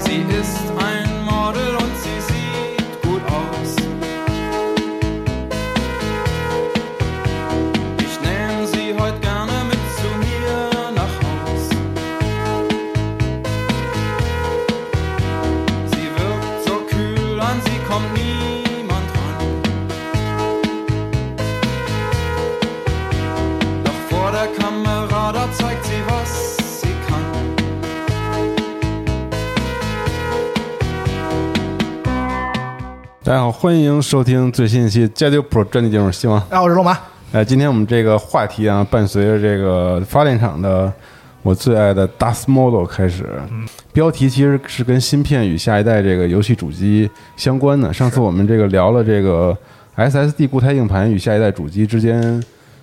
Sie ist ein Model und sie sieht gut aus. Ich nehm sie heute gerne mit zu mir nach Haus. Sie wirkt so kühl an sie kommt niemand ran. Doch vor der Kamera, da zeigt sie, was sie kann. 大家好，欢迎收听最新一期《加丢 Pro 战地节目》，希望大家好，我是龙马。哎，今天我们这个话题啊，伴随着这个发电厂的我最爱的 Das Model 开始。标题其实是跟芯片与下一代这个游戏主机相关的。上次我们这个聊了这个 SSD 固态硬盘与下一代主机之间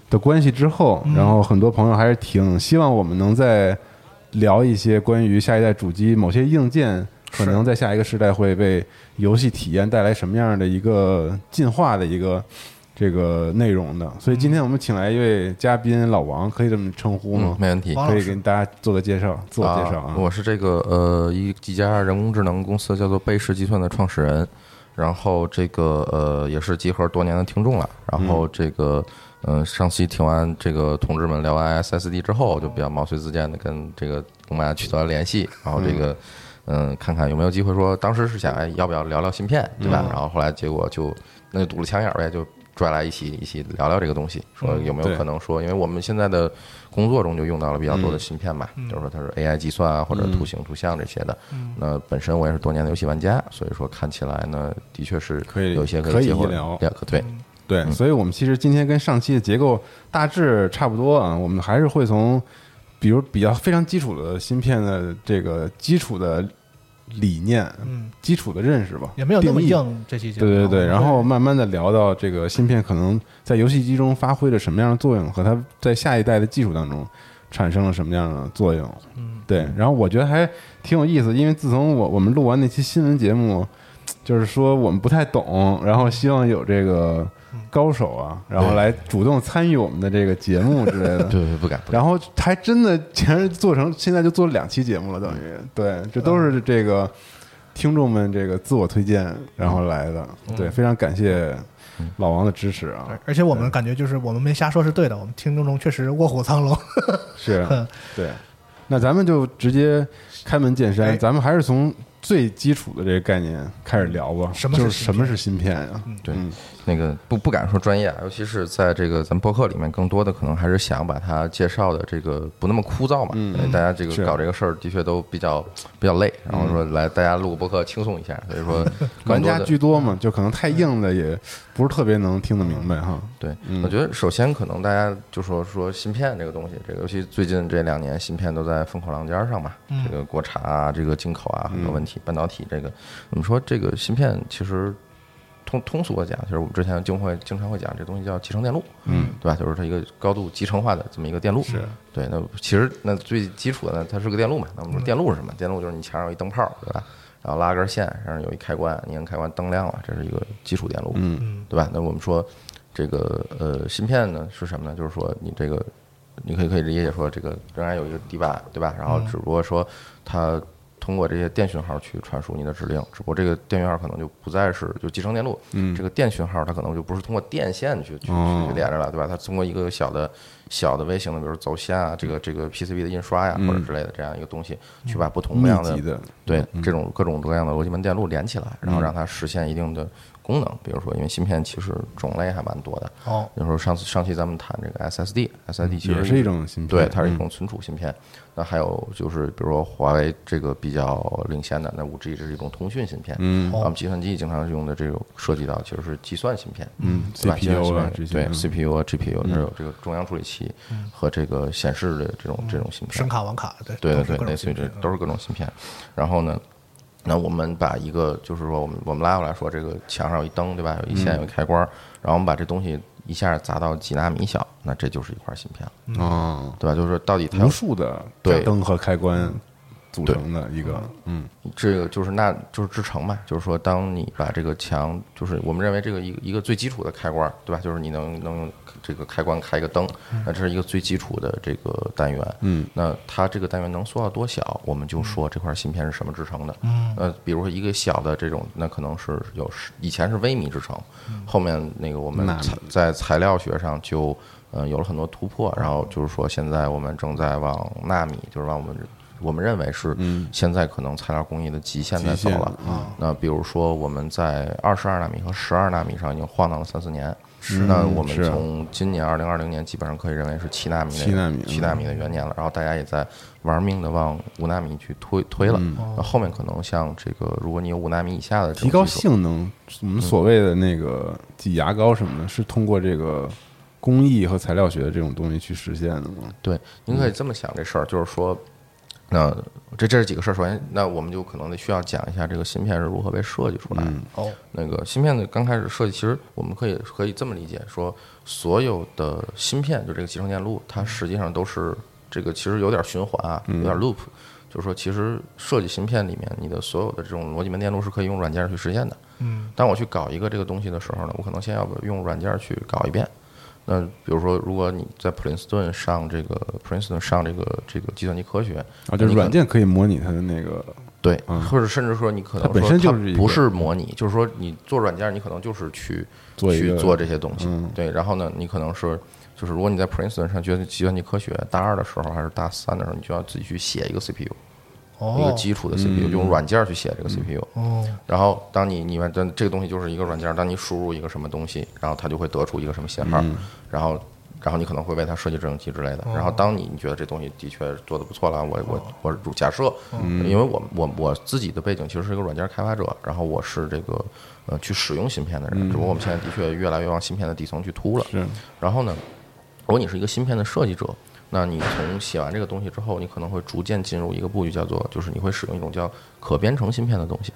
的关系之后，然后很多朋友还是挺希望我们能再聊一些关于下一代主机某些硬件。可能在下一个时代会为游戏体验带来什么样的一个进化的一个这个内容的，所以今天我们请来一位嘉宾老王，可以这么称呼吗？嗯，没问题。王可老以师给大家做个介绍，自我介绍啊。我是这个呃一几家人工智能公司叫做贝氏计算的创始人，然后这个呃也是集合多年的听众了，然后这个嗯、呃上期听完这个同志们聊完 SSD 之后，就比较毛遂自荐的跟这个龙马取得了联系，然后这个嗯、看看有没有机会说，当时是想哎要不要聊聊芯片对吧？嗯然后后来结果就那就堵了枪眼儿呗，就拽来一起一起聊聊这个东西，说有没有嗯对可能说，因为我们现在的工作中就用到了比较嗯多的芯片嘛，就是说它是 AI 计算啊，或者图形图像这些的。嗯那本身我也是多年的游戏玩家，所以说看起来呢，的确是可以有一些可以结一合聊也可对，对，所以我们其实今天跟上期的结构大致差不多啊，我们还是会从比如比较非常基础的芯片的这个基础的理念、嗯，基础的认识吧，也没有那么定义硬，这期节目。对对对，然后慢慢的聊到这个芯片可能在游戏机中发挥着什么样的作用，和它在下一代的技术当中产生了什么样的作用。嗯，对，然后我觉得还挺有意思，因为自从我我们录完那期新闻节目，就是说我们不太懂，然后希望有这个高手啊，然后来主动参与我们的这个节目之类的。 对对不敢。不敢然后还真的全是做成，现在就做了两期节目了，等于对，这都是这个听众们这个自我推荐然后来的，对，非常感谢老王的支持啊而，而且我们感觉就是我们没瞎说是对的，我们听众中确实卧虎藏龙。是嗯对。那咱们就直接开门见山，哎咱们还是从最基础的这个概念开始聊吧。什么是就是芯什么是芯片啊呀、对，那个不不敢说专业啊，尤其是在这个咱们播客里面，更多的可能还是想把它介绍的这个不那么枯燥嘛。嗯，大家这是嗯个搞这个事儿的确都比较比较累，然后说来大家录个播客轻松一下，所 以说更玩多家的居多嘛，就可能太硬的也不是特别能听得明白哈。对，我觉得首先可能大家就说说芯片这个东西，这个尤其最近这两年芯片都在风口浪尖儿上嘛，这个国产啊，这个进口啊，嗯很多问题，半导体这个，我们说这个芯片其实通通俗的讲，其实我们之前经会经常会讲这东西叫集成电路， 嗯，对吧？就是它一个高度集成化的这么一个电路，是对。那其实那最基础的呢，它是个电路嘛。那我们说电路是什么？电路就是你墙上有一灯泡，对吧？然后拉根线，然后有一开关，你按开关灯亮了，这是一个基础电路，嗯，对吧？那我们说这个呃芯片呢是什么呢？就是说你这个你可以可以理解说这个仍然有一个底板，对吧？然嗯后只不过说它通过这些电讯号去传输你的指令，只不过这个电讯号可能就不再是就集成电路，嗯，这个电讯号它可能就不是通过电线去去哦去连着了，对吧？它通过一个小的小的微型的，比如轴线啊，这个这个 PCB 的印刷呀、或者之类的这样一个东西，去把不嗯同密样集的，对嗯这种各种各样的逻辑门电路连起来，然后让它实现一定的功能。比如说，因为芯片其实种类还蛮多的。哦，比如说上次上期咱们谈这个 SSD，SSD 其嗯也实是一种芯片，嗯对，它是一种存储芯片。那还有就是，比如说华为这个比较领先的，那五 G 这是一种通讯芯片。嗯，哦我们计算机经常用的这种涉及到其实是计算芯片。嗯对吧 CPU 计算芯片啊这些对嗯 CPU 啊 GPU，那有这个中央处理器和这个显示的这种这种芯片嗯声。卡、网卡，对对都对是对，各种类似于芯这片嗯都是各种芯片。然后呢，那我们把一个就是说我们我们拉回来说，这个墙上有一灯对吧？有一嗯线有一开关，然后我们把这东西一下砸到几纳米小，那这就是一块芯片了，哦，对吧？就是说到底它无数的对灯和开关组成的一个，嗯，这个就是那就是支撑嘛，就是说，当你把这个墙，就是我们认为这个一个一个最基础的开关，对吧？就是你能能用这个开关开一个灯，那这是一个最基础的这个单元。嗯，那它这个单元能缩到多小，我们就说这块芯片是什么支撑的。嗯，呃，比如说一个小的这种，那可能是有十以前是微米支撑，后面那个我们纳米材在材料学上就呃有了很多突破，然后就是说现在我们正在往纳米，就是往我们我们认为是现在可能材料工艺的极限嗯在走极限了。那比如说我们在二十二纳米和十二纳米上已经晃荡了三四年。是，那我嗯们是啊从今年二零二零年基本上可以认为是七纳米的7纳米嗯七纳米的元年了。然后大家也在玩命的往五纳米去推推了。那后面可能像这个，如果你有五纳米以下的嗯这种提高技术性能。我们所谓的那个挤牙膏什么的，是通过这个工艺和材料学的这种东西去实现的吗？对，您可以这么想这事儿，就是说，那这这是几个事儿。首先，那我们就可能得需要讲一下这个芯片是如何被设计出来的。哦，那个芯片的刚开始设计，其实我们可以可以这么理解，说所有的芯片，就这个集成电路，它实际上都是这个其实有点循环啊，嗯有点 loop，、就是说其实设计芯片里面你的所有的这种逻辑门电路是可以用软件去实现的。嗯，当我去搞一个这个东西的时候呢，我可能先要用软件去搞一遍。那比如说，如果你在普林斯顿上这个普林斯顿上这个这个计算机科学，啊，就是你可软件可以模拟它的那个，对，或者甚至说你可嗯能它本说身就它是一不个是模拟，就是说你做软件，你可能就是去做一去个嗯做这些东西，对。然后呢，你可能是就是如果你在 Princeton 上学计算机科学，大二的时候还是大三的时候，你就要自己去写一个 CPU，、一个哦基础的嗯 CPU，、用软件去写这个 CPU。哦，然后当你你们这这个东西就是一个软件，当你输入一个什么东西，然后它就会得出一个什么信号，然后然后你可能会为它设计制动机之类的。然后当你你觉得这东西的确做的不错了，我我我假设，因为我我我自己的背景其实是一个软件开发者，然后我是这个呃去使用芯片的人，只不过我们现在的确越来越往芯片的底层去突了。是然后呢，如果你是一个芯片的设计者，那你从写完这个东西之后，你可能会逐渐进入一个布局，叫做就是你会使用一种叫可编程芯片的东西，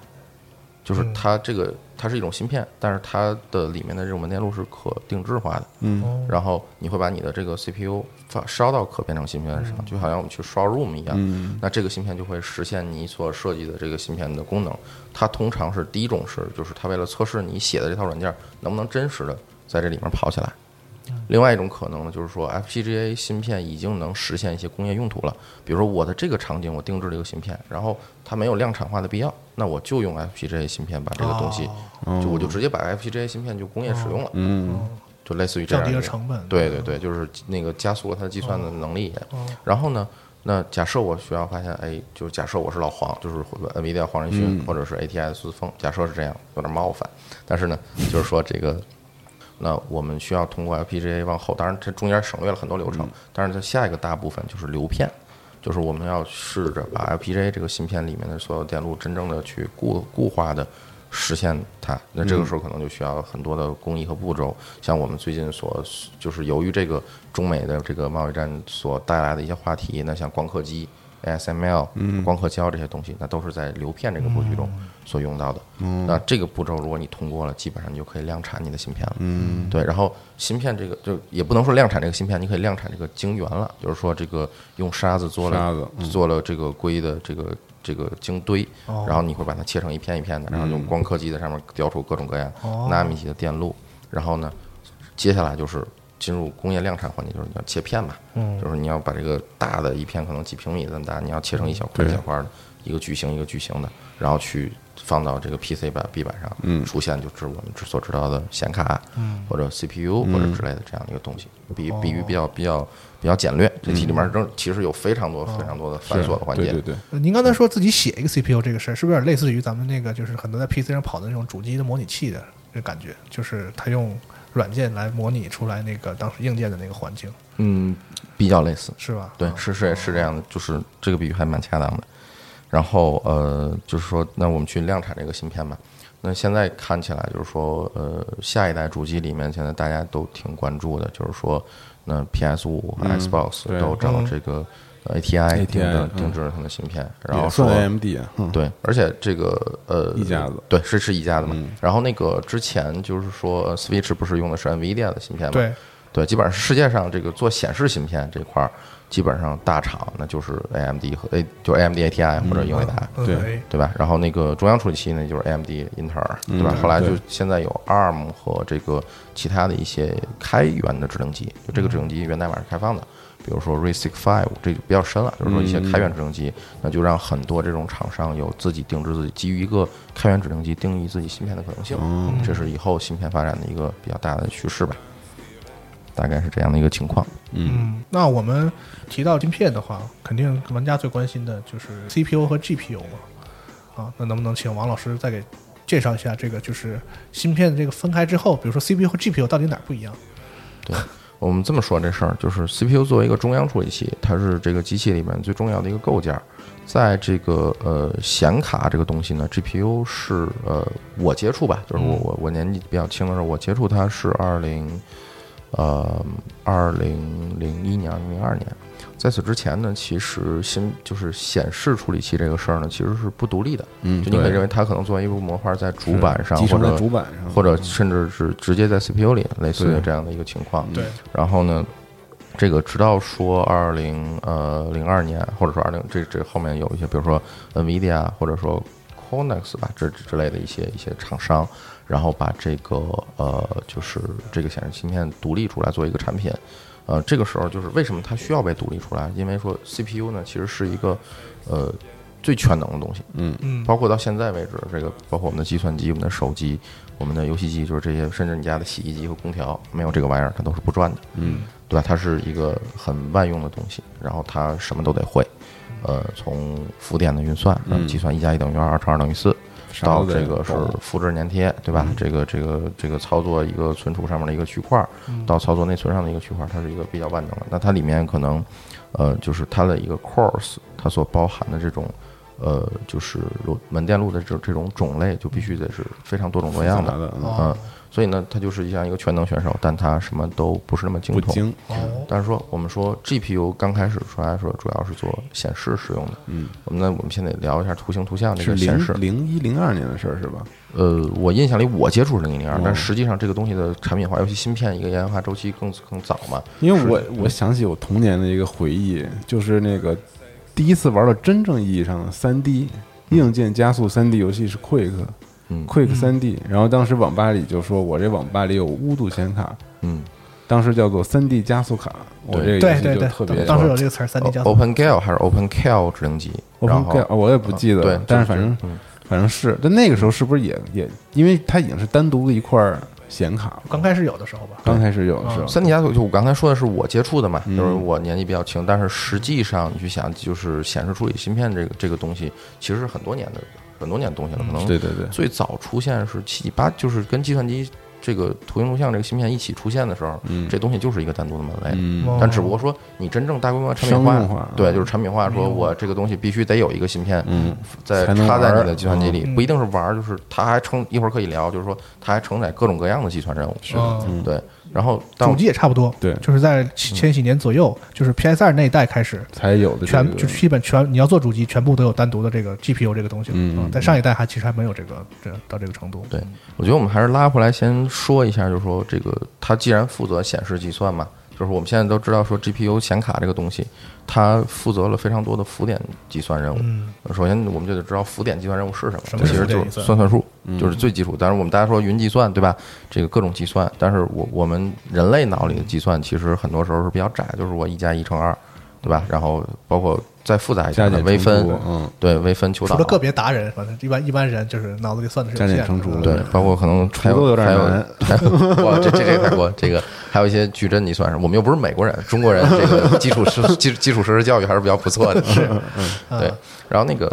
就是它这个它是一种芯片，但是它的里面的这种门电路是可定制化的，嗯，然后你会把你的这个 CPU 发烧到可编程芯片上，就好像我们去烧 ROM 一样，那这个芯片就会实现你所设计的这个芯片的功能。它通常是第一种是就是它为了测试你写的这套软件能不能真实的在这里面跑起来。另外一种可能呢，就是说 FPGA 芯片已经能实现一些工业用途了。比如说我的这个场景，我定制了一个芯片，然后它没有量产化的必要，那我就用 FPGA 芯片把这个东西，就我就直接把 FPGA 芯片就工业使用了。嗯，就类似于这降样低一了个成本，哦对对对，就是那个加速了它的计算的能力。然后呢，那假设我学校发现，哎，就假设我是老黄，就是 NVIDIA 黄仁勋、或者是 ATI 苏子峰，假设是这样，有点冒犯。但是呢，就是说这个，那我们需要通过 FPGA 往后，当然这中间省略了很多流程，但是它下一个大部分就是流片，就是我们要试着把 FPGA 这个芯片里面的所有电路真正的去固固化的实现它。那这个时候可能就需要很多的工艺和步骤，像我们最近所就是由于这个中美的这个贸易战所带来的一些话题，那像光刻机。ASML、光嗯刻胶这些东西，那都是在流片这个布局中所用到的。嗯那这个步骤，如果你通过了，基本上你就可以量产你的芯片了。嗯，对。然后芯片这个就也不能说量产这个芯片，你可以量产这个晶圆了，就是说这个用沙子做了沙子嗯哦做了这个硅的这个这个晶堆，然后你会把它切成一片一片的，然后嗯用光刻机在上面雕出各种各样纳米级的电路。然后呢，接下来就是进入工业量产环节，就是你要切片嘛，就是你要把这个大的一片可能几平米这么大，你要切成一小块一对小块的，一个矩形一个矩形的，然后去放到这个 PC 板壁板上，嗯出现就是我们所知道的显卡，或者 CPU 嗯或者之类的这样的一个东西，比比喻比较比较比较简略，这题里面仍其实有非常多非常多的繁琐的环节，嗯哦对对对，呃您刚才说自己写一个 CPU 这个事儿，是不是有点类似于咱们那个就是很多在 PC 上跑的那种主机的模拟器的这感觉？就是它用软件来模拟出来那个当时硬件的那个环境，嗯，比较类似，是吧？对，是是是这样的，就是这个比喻还蛮恰当的。然后呃，就是说，那我们去量产这个芯片吧。那现在看起来就是说，呃，下一代主机里面，现在大家都挺关注的，就是说，那 PS 五和 Xbox 嗯对嗯都找这个呃 ATI 定 ATI 制嗯定制了它的芯片，然后也说算 AMD 啊，嗯，对，而且这个呃，一家子嗯对是是一家子嘛。然后那个之前就是说呃 Switch 不是用的是 NVIDIA 的芯片嘛？对，对，基本上世界上这个做显示芯片这块儿，基本上大厂那就是 AMD 和 A 就 AMD ATI 或者英伟达，对哎对吧？然后那个中央处理器呢就是 AMD 英特尔，嗯对吧？后来就现在有 ARM 和这个其他的一些开源的制程机，就这个制程机源代码是开放的。比如说 r a c i c Five，这就比较深了，就是说一些开源制程机，那就让很多这种厂商有自己定制自己基于一个开源制程机定义自己芯片的可能嗯性，这是以后芯片发展的一个比较大的趋势吧。大概是这样的一个情况。嗯，那我们提到芯片的话，肯定玩家最关心的就是 CPU 和 GPU 嘛。啊，那能不能请王老师再给介绍一下这个就是芯片的这个分开之后，比如说 CPU 和 GPU 到底哪儿不一样？我们这么说这事儿，就是 CPU 作为一个中央处理器，它是这个机器里面最重要的一个构件儿。在这个呃显卡这个东西呢，GPU 是呃我接触吧，就是我我我年纪比较轻的时候，我接触它是二零呃二零零一年、零二年。在此之前呢，其实新就是显示处理器这个事儿呢，其实是不独立的。嗯就你可以对认为它可能作为一部模块在主是板上，集或成在者主板上，或者甚至是直接在 CPU 里，类似于对嗯这样的一个情况。对，然后呢，这个直到说二零呃零二年，或者说二零这这后面有一些，比如说 NVIDIA 或者说 Conex 吧，这之类的一些一些厂商，然后把这个呃就是这个显示芯片独立出来做一个产品。呃，这个时候就是为什么它需要被独立出来？因为说 CPU 呢，其实是一个呃最全能的东西，嗯，包括到现在为止，这个包括我们的计算机、我们的手机、我们的游戏机，就是这些，甚至你家的洗衣机和空调，没有这个玩意儿，它都是不转的。嗯，对吧？它是一个很万用的东西，然后它什么都得会。呃，从浮点的运算，嗯，计算一加一等于二，二乘二等于四，啥到都得这个是懂嗯复制粘贴，对吧？这个这个这个操作一个存储上面的一个区块，到操作内存上的一个区块，它是一个比较万能的。那它里面可能，呃，就是它的一个 cores，它所包含的这种，呃，就是路门电路的这这种种类，就必须得是非常多种多样复杂的嗯嗯，所以呢，它就是像一个全能选手，但它什么都不是那么精不通。精，哦，但是说，我们说 GPU 刚开始出来说主要是做显示使用的。嗯，我们呢，我们现在聊一下图形图像这是个显零示。零一零二年的事儿是吧？呃，我印象里我接触是零零二，哦但实际上这个东西的产品化，尤其芯片一个研发周期更更早嘛。因为我我想起我童年的一个回忆，就是那个第一次玩到真正意义上的三 D 硬件加速三 D 游戏是 Quick，嗯 q u i c k 三 D，然后当时网吧里就说我这网吧里有乌度显卡，嗯当时叫做三 D 加速卡，我这个对游对戏对就对特别，当时有这个词儿，哦三 D 加速。 ，OpenGL 还是 OpenCL 智能机 Open 然后 Gate，我也不记得对了，，但是反正嗯反正是，但那个时候是不是也也因为它已经是单独的一块儿显卡，刚开始有的时候吧，刚开始有的时候，嗯三 D 加速就我刚才说的是我接触的嘛，嗯就是我年纪比较轻，但是实际上你去想，就是显示处理芯片这个这个东西，其实是很多年的很多年的东西了，可能对对对，最早出现是七几八，就是跟计算机这个图形图像这个芯片一起出现的时候，嗯这东西就是一个单独的门类。嗯哦但只不过说你真正大规模产品商化，用化对，就是产品化，说我这个东西必须得有一个芯片，嗯，在才能插在玩你儿的计算机里，嗯不一定是玩儿，就是它还承一会儿可以聊，就是说它还承载各种各样的计算任务，是哦嗯对。然后但主机也差不多，对嗯就是在前前几年左右，就是 PS 二那一代开始，才有的这全个就是基本全你要做主机，全部都有单独的这个 GPU 这个东西了。嗯啊在上一代还其实还没有这个这到这个程度。对，我觉得我们还是拉回来先说一下，就是说这个它既然负责显示计算嘛，就是我们现在都知道说 GPU 显卡这个东西，它负责了非常多的浮点计算任务。嗯，首先我们就得知道浮点计算任务是什么，什么这其是实浮点就计是算算算术，嗯就是最基础。但是我们大家说云计算，对吧？这个各种计算，但是我我们人类脑里的计算其实很多时候是比较窄，就是我一加一乘二，对吧？然后包括再复杂一加点的减微分乘除，嗯，对微分求除导了，个别达人，反正一般一般人就是脑子里算的是加有限减的。乘除嗯对，包括可能还除都有有点还有难 还有哇，这这个太过这个，还有一些矩阵，你算是我们又不是美国人，中国人这个基础设基基础设施教育还是比较不错的，是， 对嗯啊。然后那个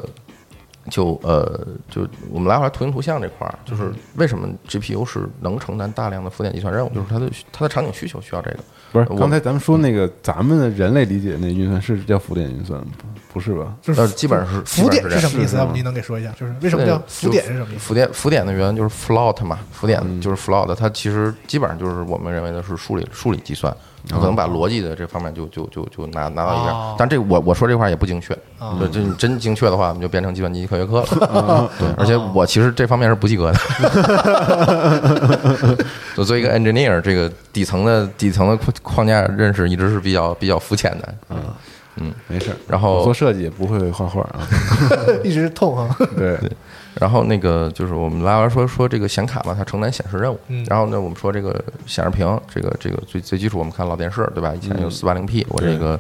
就呃，就我们拉回来图形图像这块儿，就是为什么 GPU 是能承担大量的浮点计算任务，就是它的它的场景需求需要这个，不是我刚才咱们说那个咱们的人类理解那运算是叫浮点运算吗，不是吧？就呃，是基本上是浮点基本上这什样么意是思？这要样不您能给说一下，就是为什么叫浮点是什么意思？浮点浮点的原因就是 float 嘛，浮点就是 float，它其实基本上就是我们认为的是数理数理计算，它可能把逻辑的这方面就就就就拿拿到一哦边，但这个我我说这块儿也不精确哦，就这你真精确的话，我们就变成计算机科学科了。 对，而且我其实这方面是不及格的。我作为一个 engineer，这个底层的底层的框框架认识一直是比较比较肤浅的。没事儿，然后我做设计也不会画画 啊， 一直痛啊。对，然后那个就是我们拉完说说这个显卡嘛，它承担显示任务。嗯然后呢，我们说这个显示屏，这个这个最最基础，我们看老电视对吧？以嗯前有四八零 P，我这个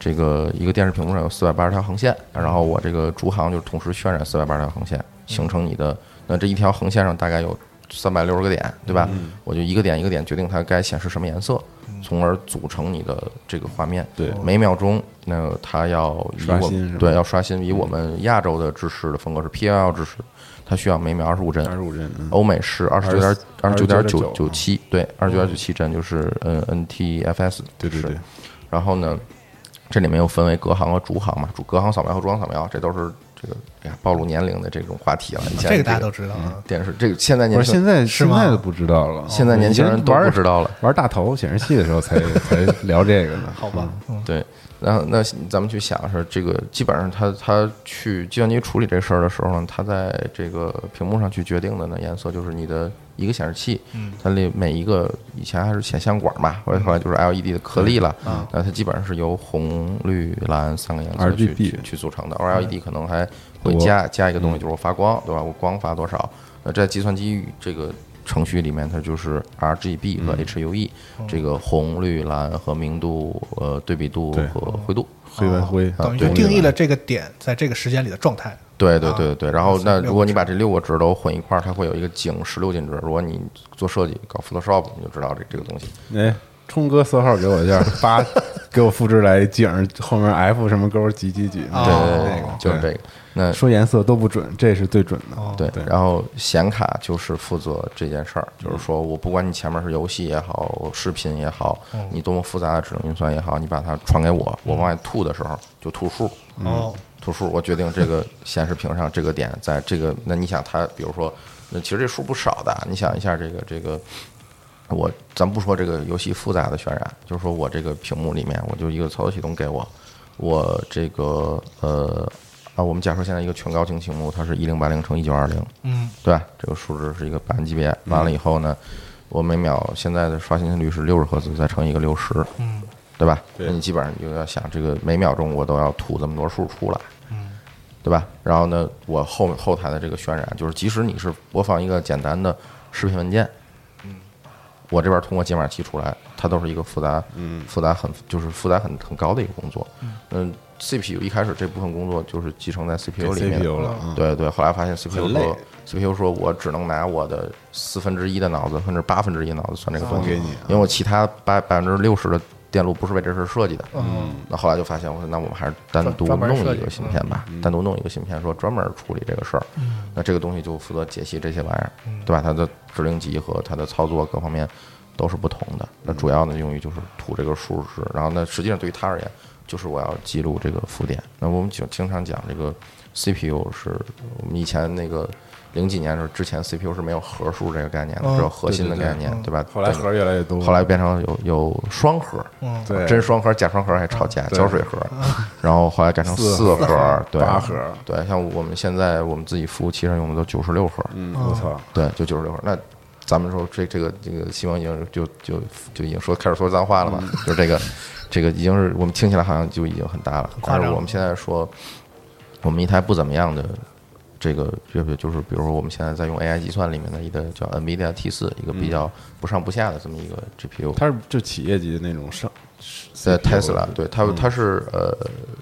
这个一个电视屏幕上有四百八十条横线，嗯然后我这个逐行就是同时渲染四百八十条横线，形成你的那这一条横线上大概有三百六十个点，对吧？嗯我就一个点一个点决定它该显示什么颜色，从而组成你的这个画面。对每秒钟那个它要以刷我新是吧对要刷新，以我们亚洲的制式的风格是 PLL 制式，它需要每秒二十五帧二，十五帧，嗯欧美是二十九点二十九点九九29.9七，对，二十九点九七帧就是嗯 NTFS，对对是对，然后呢，这里面又分为隔行和逐行嘛，主隔行扫描和逐行扫描，这都是这个哎呀暴露年龄的这种话题了。以前 这个大家都知道啊。电视这个现在嗯不年是轻现在是现吗在都不知道了，现在年轻人都不知道了。玩大头显示器的时候 才才聊这个呢，好吧，嗯，对，然后那咱们去想是这个，基本上他他去计算机处理这事儿的时候呢，他在这个屏幕上去决定的呢颜色就是你的一个显示器，它里每一个以前还是显像管嘛，后来后来就是 LED 的颗粒了，那它基本上是由红、绿、蓝三个颜色去 RGB 去去组成的，LED 可能还会加哎加一个东西，就是我发光，对吧？我光发多少？那在计算机这个程序里面，它就是 RGB 嗯和 HUE，、这哦个红、绿、蓝和明度、呃对比度对和灰度。黑白灰，啊哦等于对就定义了这个点在这个时间里的状态。对对对啊对，然后那六个如果你把这六个值都混一块儿，它会有一个井十六进制。如果你做设计搞 Photoshop，你就知道这这个东西。哎，冲哥色号给我一 下，叭，给我复制来井儿后面 F 什么勾几几几，对对对，那个就是这哦对个。那说颜色都不准，这是最准哦的，对，然后显卡就是负责这件事儿，就是说我不管你前面是游戏也好，视频也好，你多么复杂的智能运算也好，你把它传给我，我往外吐的时候就吐数，哦，吐数，我决定这个显示屏上这个点在这个，那你想它，比如说，那其实这数不少的啊，你想一下这个这个。我咱不说这个游戏复杂的渲染，就是说我这个屏幕里面，我就一个操作系统给我，我这个呃啊，我们假设现在一个全高清屏幕，它是一零八零乘一九二零，嗯，对吧？这个数值是一个百万级别，完了以后呢，我每秒现在的刷新率是六十赫兹，再乘一个六十，嗯，对吧？那你基本上你就要想这个每秒钟我都要吐这么多数出来，对吧？然后呢，我后后台的这个渲染，就是即使你是播放一个简单的视频文件，嗯我这边通过解码器出来，它都是一个复杂，嗯，复杂很就是复杂很很高的一个工作，嗯， CPU 一开始这部分工作就是集成在 CPU 里面， CPU 了啊，对对，后来发现 CPU 很累说，CPU 说我只能拿我的四分之一的脑子，甚至八分之一脑子算这个东西，分给你啊因为我其他百百分之六十的电路不是为这事儿设计的。嗯，那后来就发现，我说那我们还是单独专专门弄一设计嗯个芯片吧，单独弄一个芯片，说专门处理这个事儿。那这个东西就负责解析这些玩意儿，嗯对吧？它的指令集和它的操作各方面都是不同的。嗯那主要呢用于就是吐这个数值，然后呢实际上对于它而言，就是我要记录这个负电。那我们经经常讲这个 CPU 是我们以前那个零几年的时候，之前 CPU 是没有核数这个概念的，哦只有核心的概念，嗯对吧？后来对核越来越多，后来变成有有双核，嗯，对真双核、假双核还吵架，对嗯胶水核，然后后来改成四四核、对八核，对，像我们现在我们自己服务器上用的都九十六核，嗯，我操，对，就九十六核。那咱们说这这个这个西方已经就就就已经说开始说脏话了嘛，嗯就这个这个已经是我们听起来好像就已经很大了，夸但张是我们现在说我们一台不怎么样的。这个这个就是，比如说我们现在在用 AI 计算里面的一个叫 NVIDIA T 四，一个嗯比较不上不下的这么一个 GPU，它是就企业级的那种上，在 CPU Tesla，对它它是呃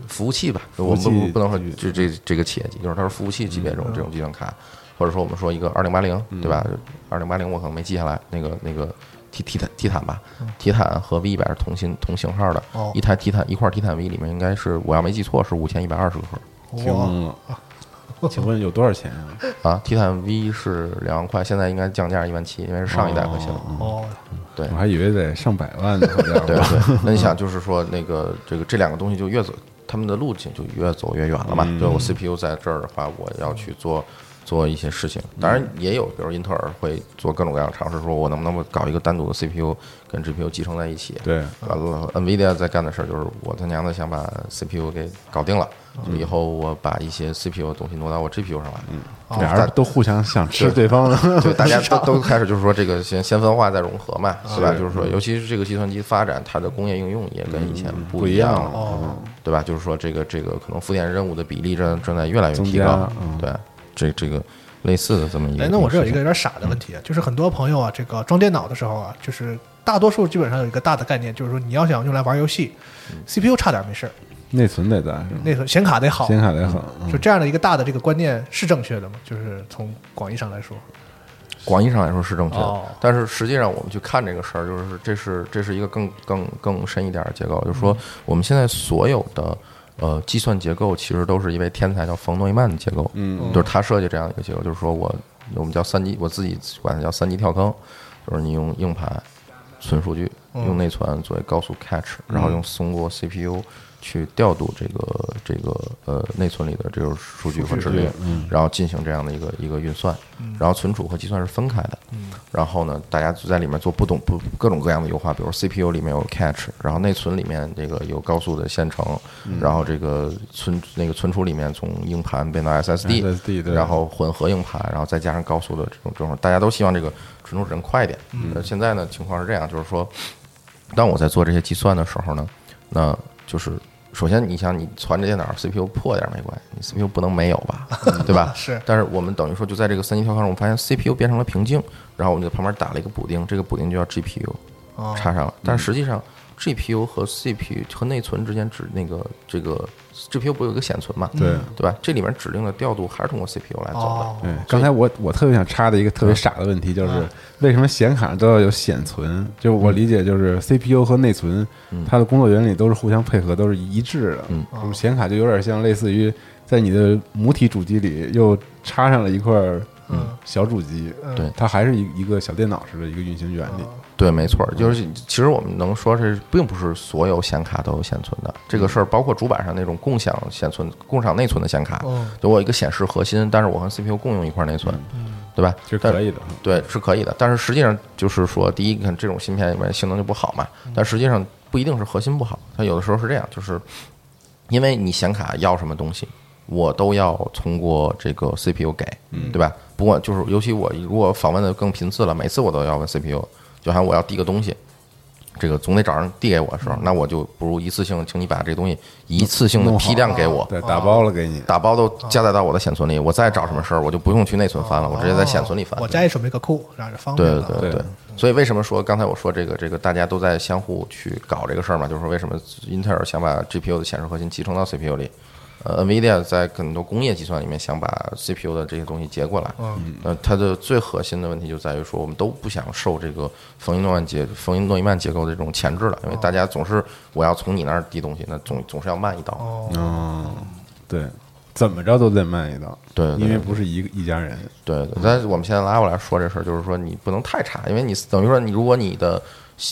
服务器吧，务我器们不不能说级别这这这个企业级，就是它是服务器级别这种这种计算卡，或者说我们说一个二零八零，对吧？二零八零我可能没记下来，那个那个 T T 坦 T 坦吧，T 坦和 V 一百是同型同型号的哦，一台 T 坦一块 T 坦 V 里面应该是我要没记错是五千一百二十个核挺懵了。请问有多少钱啊？啊，T 坦 V 是两万块，现在应该降价一万七，因为是上一代核心了。哦，对我还以为得上百万呢，好家对伙！对，那你想就是说那个这个这两个东西就越走，他们的路径就越走越远了嘛。就我 CPU 在这儿的话，我要去做做一些事情，当然也有，比如英特尔会做各种各样的尝试，说我能不能搞一个单独的 CPU 跟 GPU 集成在一起。对，完了，NVIDIA 在干的事儿就是我他娘的想把 CPU 给搞定了，就以后我把一些 CPU 的东西挪到我 GPU 上来。俩人都互相想吃 对方的，哦就大家都都开始就是说这个先先分化再融合嘛，对吧？就是说，尤其是这个计算机发展，它的工业应用也跟以前不不一一样样了了，嗯对吧？就是说，这个这个可能复电任务的比例正正在越来越增提加高嗯，对，这这个类似的这么一个。哎，那我这有一个有点傻的问题啊，就是很多朋友啊，这个装电脑的时候啊，就是大多数基本上有一个大的概念，就是说你要想用来玩游戏，CPU 嗯差点没事儿，内存得在是吗？那个显卡得好，显卡得很，嗯就这样的一个大的这个观念是正确的吗？就是从广义上来说，广义上来说是正确的哦，但是实际上我们去看这个事儿，就是这是这是一个更更更深一点的结构，就是说我们现在所有的呃计算结构其实都是一位天才叫冯诺依曼的结构，嗯，就是他设计这样一个结构，就是说我我们叫三级，我自己管它叫三级跳坑，就是你用硬盘存数据，用内存作为高速 catch，然后用通过 CPU 去调度这个这个呃内存里的这个数据嗯和指令，然后进行这样的一个一个运算，然后存储和计算是分开的。然后呢，大家就在里面做不懂不各种各样的优化，比如 CPU 里面有 catch，然后内存里面这个有高速的线程，然后这个存那个存储里面从硬盘变到 SSD， SSD 对然后。然后混合硬盘，然后再加上高速的这种这种，大家都希望这个存储只能快一点。嗯呃，现在呢情况是这样，就是说，当我在做这些计算的时候呢，那就是首先你想你传这电脑 CPU 破点儿没关系，你 CPU 不能没有吧，对吧？嗯 是但是我们等于说就在这个三级跳上，我们发现 CPU 变成了瓶颈，然后我们在旁边打了一个补丁，这个补丁就叫 GPU。哦，插上了，但实际上 GPU 和 CPU 和内存之间指那个这个 GPU 不是有一个显存嘛？对对吧？这里面指令的调度还是通过 CPU 来走哦对，刚才我我特别想插的一个嗯特别傻的问题就是，为什么显卡都要有显存？就我嗯理解，就是 CPU 和内存，它的工作原理都是互相配合，都是一致的。嗯就是显卡就有点像类似于在你的母体主机里又插上了一块儿嗯小主机，对它还是一一个小电脑式的一个运行原理。的。对，没错，就是其实我们能说是并不是所有显卡都有显存的这个事儿，包括主板上那种共享显存、共享内存的显卡，嗯就我有一个显示核心，但是我和 CPU 共用一块内存，对吧？其实但可以的，对，是可以的。但是实际上就是说，第一，你看这种芯片里面性能就不好嘛，嗯但实际上不一定是核心不好，它有的时候是这样，就是因为你显卡要什么东西，我都要通过这个 CPU 给，嗯对吧？不管就是，尤其我如果访问的更频次了，每次我都要问 CPU，就好像我要递个东西，这个总得找人递给我的时候，那我就不如一次性，请你把这东西一次性嗯的弄好啊批量给我，对，啊打包了给你。打包都加载到我的显存里，我再找什么事儿，我就不用去内存翻啊了，我直接在显存里啊翻。哦我家也准备个库，让人方便啊对了。对对，所以为什么说刚才我说这个这个大家都在相互去搞这个事儿嘛？就是说为什么英特尔想把 GPU 的显示核心集成到 CPU 里，呃，NVIDIA 在很多工业计算里面想把 CPU 的这些东西截过来，嗯，呃，它的最核心的问题就在于说我们都不想受这个冯伊诺曼结冯伊诺伊曼结构的这种钳制了，因为大家总是我要从你那儿递东西，那总总是要慢一哦刀，对，怎么着都得慢一刀，对对对因为不是一个一家人。对对，但是我们现在拉过来说这事儿，就是说你不能太差，因为你等于说你如果你的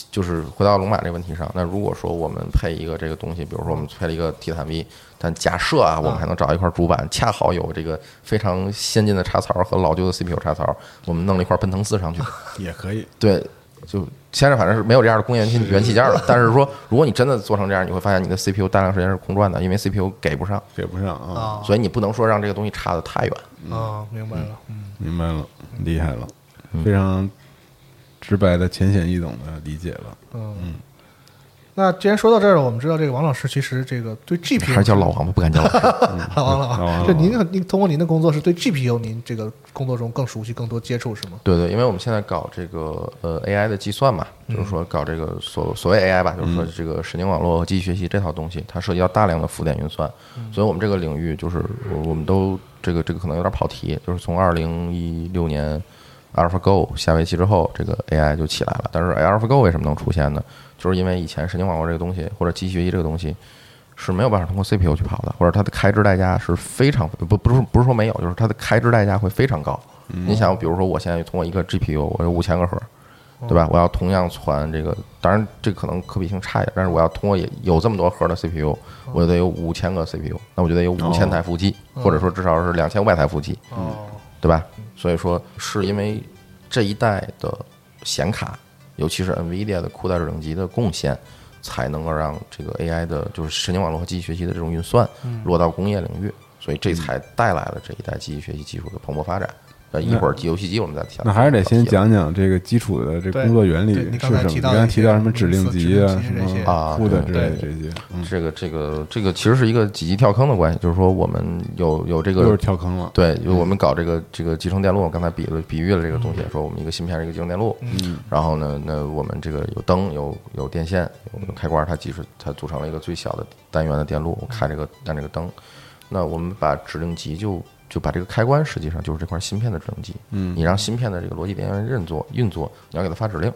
就是回到龙马这个问题上，那如果说我们配一个这个东西，比如说我们配了一个 T 坦 V，但假设啊，我们还能找一块主板，恰好有这个非常先进的插槽和老旧的 CPU 插槽，我们弄了一块奔腾四上去，也可以，对，就现在反正是没有这样的工业元器元器件了。但是说，如果你真的做成这样，你会发现你的 CPU 大量时间是空转的，因为 CPU 给不上，给不上哦啊，啊所以你不能说让这个东西差的太远。啊，明白了。嗯明白了，厉害了，嗯非常直白的、浅显易懂的理解了。嗯。那既然说到这儿了，我们知道这个王老师其实这个对 GPU 还是叫老王吧，不敢叫老王。老王了老王啊，了就您很您通过您的工作是对 GPU 您这个工作中更熟悉、更多接触是吗？对对，因为我们现在搞这个呃 AI 的计算嘛，就是说搞这个所所谓 AI 吧，就是说这个神经网络和机器学习这套东西，它涉及到大量的浮点运算，所以我们这个领域就是我我们都这个这个可能有点跑题，就是从二零一六年 AlphaGo 下围棋之后，这个 AI 就起来了。但是 AlphaGo 为什么能出现呢？就是因为以前神经网络这个东西或者机器学习这个东西，是没有办法通过 CPU 去跑的，或者它的开支代价是非常不不是不是说没有，就是它的开支代价会非常高。你想，比如说我现在通过一个 GPU，我有五千个核，对吧？我要同样传这个，当然这可能可比性差一点，但是我要通过也有这么多核的 CPU，我就得有五千个 CPU，那我就得有五千台服务器，或者说至少是两千五百台服务器，哦，对吧？所以说是因为这一代的显卡，尤其是 NVIDIA 的酷带制冷机的贡献，才能够让这个 AI 的就是神经网络和机器学习的这种运算落到工业领域，所以这才带来了这一代机器学习技术的蓬勃发展。呃，一会儿游戏机我们再提。那还是得啊先讲讲这个基础的这对工作原理对是什你刚么。才你提到刚才的提这到个什么指令集啊、指什令集这些么啊库的之对类的对这些，嗯，这个这个这个其实是一个几级跳坑的关系，就是说我们有有这个又是跳坑了。对，就我们搞这个这个集成电路，我刚才比了比喻了这个东西，说我们一个芯片是一个集成电路，嗯，然后呢，那我们这个有灯，有有电线，有有开关，它其实它组成了一个最小的单元的电路，我开这个按这个灯，那我们把指令集就就把这个开关实际上就是这块芯片的指令集，嗯，你让芯片的这个逻辑电源运作运作，你要给它发指令，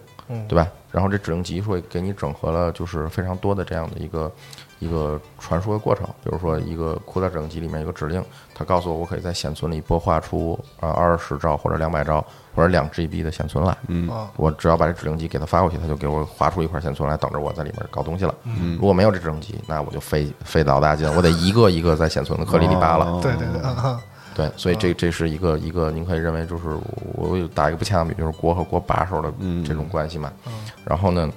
对吧？然后这指令集会给你整合了就是非常多的这样的一个一个传输的过程，比如说一个扩大指令集里面有个指令，它告诉我我可以在显存里播画出啊二十兆或者两百兆或者两 GB 的显存来，嗯啊我只要把这指令集给它发过去，它就给我划出一块显存来，等着我在里面搞东西了。嗯，如果没有这指令集，那我就费费老大劲，我得一个一个在显存的颗粒里扒哦了。对对对啊啊，对，所以这这是一个一个，您可以认为就是我我有打一个不恰当比，就是锅和锅把手的嗯这种关系嘛。然后呢，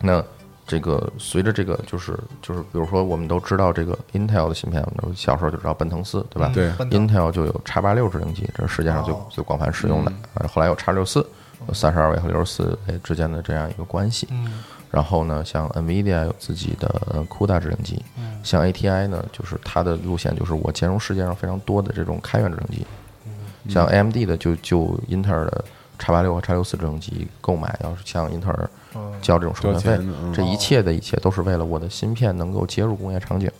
那这个随着这个就是就是，比如说我们都知道这个 Intel 的芯片，我们小时候就知道奔腾四，对吧？对奔腾 Intel 就有 x 八六指令集，这是世界上最、嗯哦最广泛使用的。呃后来有 x 六四，三十二位和六十四位之间的这样一个关系。嗯然后呢，像 NVIDIA 有自己的呃 CUDA 指令集，像 ATI 呢，就是它的路线就是我兼容世界上非常多的这种开源指令集，像 AMD 的就就英特尔的 x 八六和 x 六四指令集购买，要是向英特尔交这种授权交费钱的嗯，这一切的一切都是为了我的芯片能够接入工业场景，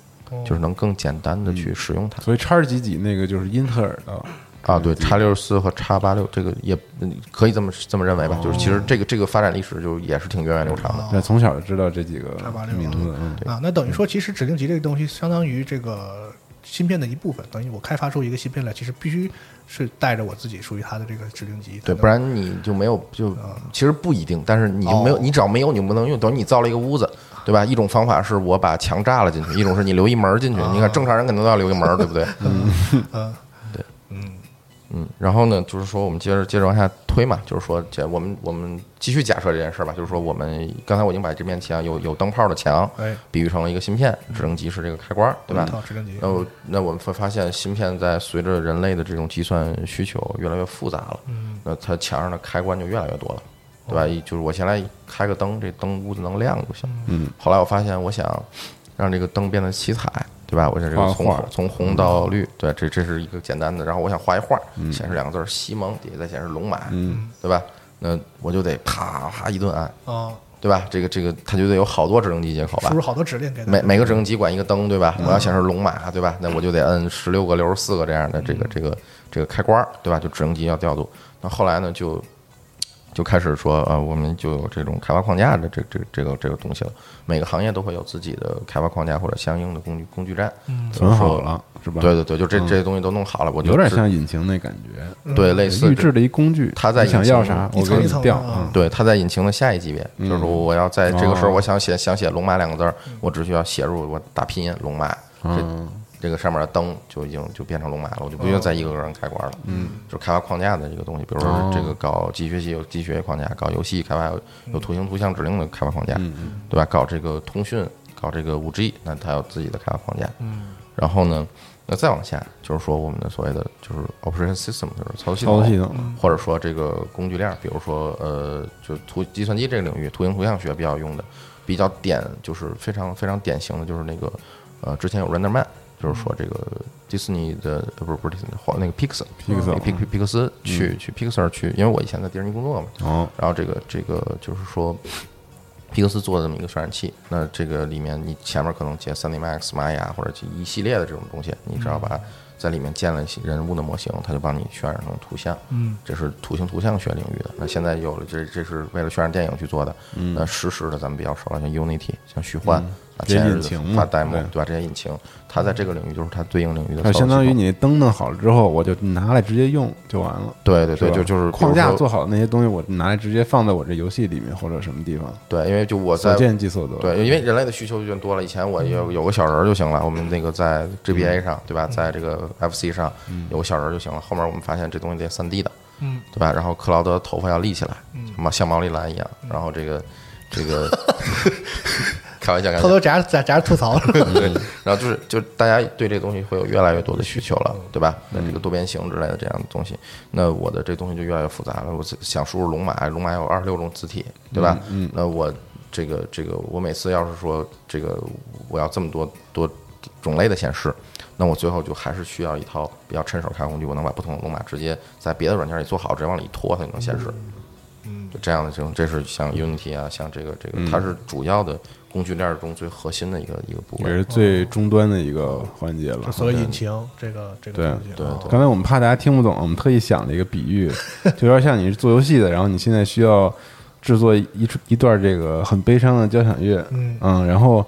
就是能更简单的嗯去使用它。所以叉几几那个就是英特尔哦的啊，嗯对，x 六十四和 x 八六这个也嗯可以这么这么认哦为吧，就是其实这个这个发展历史就也是挺源远流长的。那从小就知道这几个886名字，嗯，啊，那等于说，其实指令集这个东西相当于这个芯片的一部分，等于我开发出一个芯片来，其实必须是带着我自己属于它的这个指令集，对，才能不然你就没有就其实不一定，但是你就没有，你只要没有，你就不能用。等于你造了一个屋子，对吧？一种方法是我把墙炸了进去，一种是你留一门儿进去。你看正常人肯定都要留一门儿，对不对？嗯，对，嗯嗯。然后呢，就是说我们接着接着往下推嘛，就是说这我们我们继续假设这件事儿吧，就是说我们刚才我已经把这面墙有有灯泡的墙哎，比喻成了一个芯片，指令集是这个开关儿，对吧？一套指令集那我那我们会发现，芯片在随着人类的这种计算需求越来越复杂了，那它墙上的开关就越来越多了。对吧？一就是我先来开个灯，这灯屋子能亮就行。嗯，后来我发现，我想让这个灯变得七彩，对吧？我想这个画从画红从红到绿，对，这这是一个简单的。然后我想画一画，显示两个字儿“西蒙”，底下再显示“龙马”，嗯，对吧？那我就得啪啪一顿按，啊，对吧？这个这个，它就得有好多直升机接口吧输？入好多指令给他，每每个直升机管一个灯，对吧？我要显示龙马，对吧？那我就得摁十六个、六十四个这样的这个这个这个开关儿，对吧？就直升机要调度。那后来呢，就就开始说，呃，我们就有这种开发框架的这这这个这个东西了。每个行业都会有自己的开发框架或者相应的工具工具站，存好了是吧？对对对，就这这些东西都弄好了，我嗯就有点知像引擎那感觉，对类似预制的一工具，它在你想引擎要啥，一我层给一你层的调啊啊。对，它在引擎的下一级别，就是我要在这个时候，嗯哦嗯我想写想写龙马两个字儿，我只需要写入我打拼音龙马，这这个上面的灯就已经就变成龙马了，我就不用再一个个人开关了。嗯，就是开发框架的这个东西，比如哦说这个搞机学习有机学框架，搞游戏开发有有图形图像指令的开发框架，嗯对吧？搞这个通讯，搞这个五 G，那它有自己的开发框架。嗯，然后呢？那再往下就是说我们的所谓的就是 operation system，就是操作系操统，作系统嗯或者说这个工具链儿，比如说呃，就图计算机这个领域，图形图像学比较用的，比较典就是非常非常典型的就是那个呃，之前有 RenderMan，就是说这个迪士尼的呃不是不是迪士尼，好那个 Pixar Pixar 皮皮皮克斯去去 Pixar 去，因为我以前在迪士尼工作嘛，哦，然后这个这个就是说。皮克斯做的这么一个渲染器，那这个里面你前面可能接 3D Max、玛雅或者一系列的这种东西，你只要把在里面建了一些人物的模型，它就帮你渲染成图像。嗯，这是图形图像学领域的。那现在有了这，这是为了渲染电影去做的。嗯，那实时的咱们比较熟了，像 Unity、像虚幻、啊，嗯这前引日子擎嘛发 demo 对对吧？这些引擎，它在这个领域就是它对应领域的操它作系统。呃相当于你灯弄好了之后，我就拿来直接用就完了。对对是对，吧就就是比如框架说做好的那些东西，我拿来直接放在我这游戏里面或者什么地方，对，因为就我所在见即所得。对，因为人类的嗯需求就变多了。以前我有有个小人儿就行了，我们那个在 GBA 上，对吧，在这个 FC 上有个小人儿就行了。后面我们发现这东西得三 D 的，嗯，对吧？然后克劳德头发要立起来，毛像毛利兰一样。然后这个这 个开玩笑，开玩偷笑。偷夹夹夹着吐槽，对，然后就是就是大家对这个东西会有越来越多的需求了，对吧？那这个多边形之类的这样的东西，那我的这东西就越来越复杂了。我想输入龙马，龙马有二十六种字体，对吧？嗯，那我这个这个，我每次要是说这个我要这么多多种类的显示，那我最后就还是需要一套比较趁手开工具，我能把不同的龙马直接在别的软件里做好，直接往里一拖，它就能显示。就这样的这种，这是像 Unity 啊，像这个这个，它是主要的工具链中最核心的一个一个部也位是。最终端的一个环节了。所谓引擎这个这个对东西，对啊对刚才我们怕大家听不懂，我们特意想了一个比 喻，就有点像你是做游戏的，然后你现在需要制作一出一段这个很悲伤的交响乐，嗯然后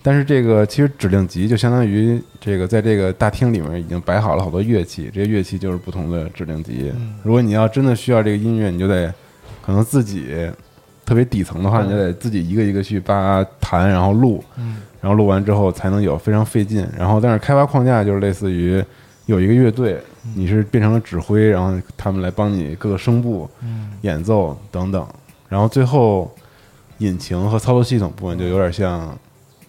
但是这个其实指令集就相当于这个在这个大厅里面已经摆好了好多乐器，这些乐器就是不同的指令集。嗯如果你要真的需要这个音乐，你就得可能自己特别底层的嗯话，你就得自己一个一个去扒弹，然后录，然后录完之后才能有，非常费劲。然后但是开发框架就是类似于有一个乐队，你是变成了指挥，然后他们来帮你各个声部、演奏等等，然后最后引擎和操作系统部分就有点像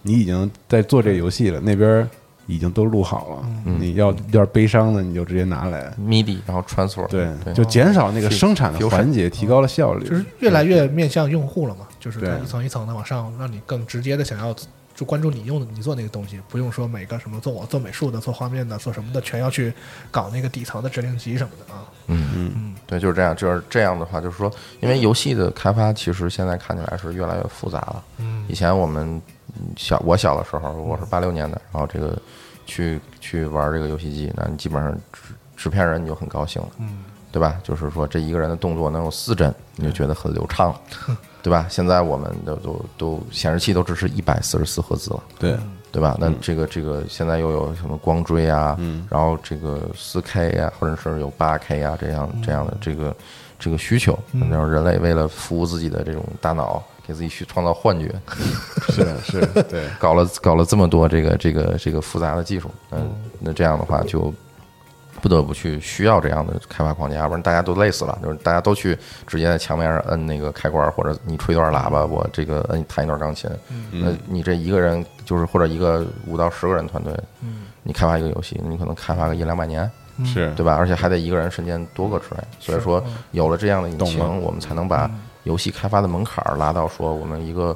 你已经在做这个游戏了，那边儿已经都录好了，你要要是悲伤的你就直接拿来。 MIDI，然后 transfer，对，就减少那个生产的嗯 Fusion 环节，提高了效率。就是越来越面向用户了嘛，就是它对一层一层的往上，让你更直接的想要就关注你用的你做那个东西，不用说每个什么做我做美术的、做画面的、做什么的，全要去搞那个底层的指令集什么的啊。对，就是这样，就是这样的话，就是说，因为游戏的开发其实现在看起来是越来越复杂了。嗯，以前我们嗯小我小的时候，我是八六年的，然后这个去去玩这个游戏机，那你基本上纸纸片人你就很高兴了，嗯，对吧？就是说这一个人的动作能有四帧，你就觉得很流畅了，对吧？现在我们的都都显示器都支持一百四十四赫兹了。对，对吧？那这个这个现在又有什么光追啊，然后这个四 K 啊，或者是有八 K 啊这样这样的这个这个需求，然后人类为了服务自己的这种大脑，给自己去创造幻觉，是是，对，搞了搞了这么多这个这个这个复杂的技术，嗯，那这样的话就不得不去需要这样的开发框架，要不然大家都累死了，就是大家都去直接在墙面上摁那个开关，或者你吹一段喇叭，我这个摁弹一段钢琴，嗯那你这一个人就是或者一个五到十个人团队，你开发一个游戏，你可能开发个一两百年，是对吧？而且还得一个人身兼多个职位，所以说有了这样的引懂了擎，我们才能把游戏开发的门槛儿拉到说我们一个，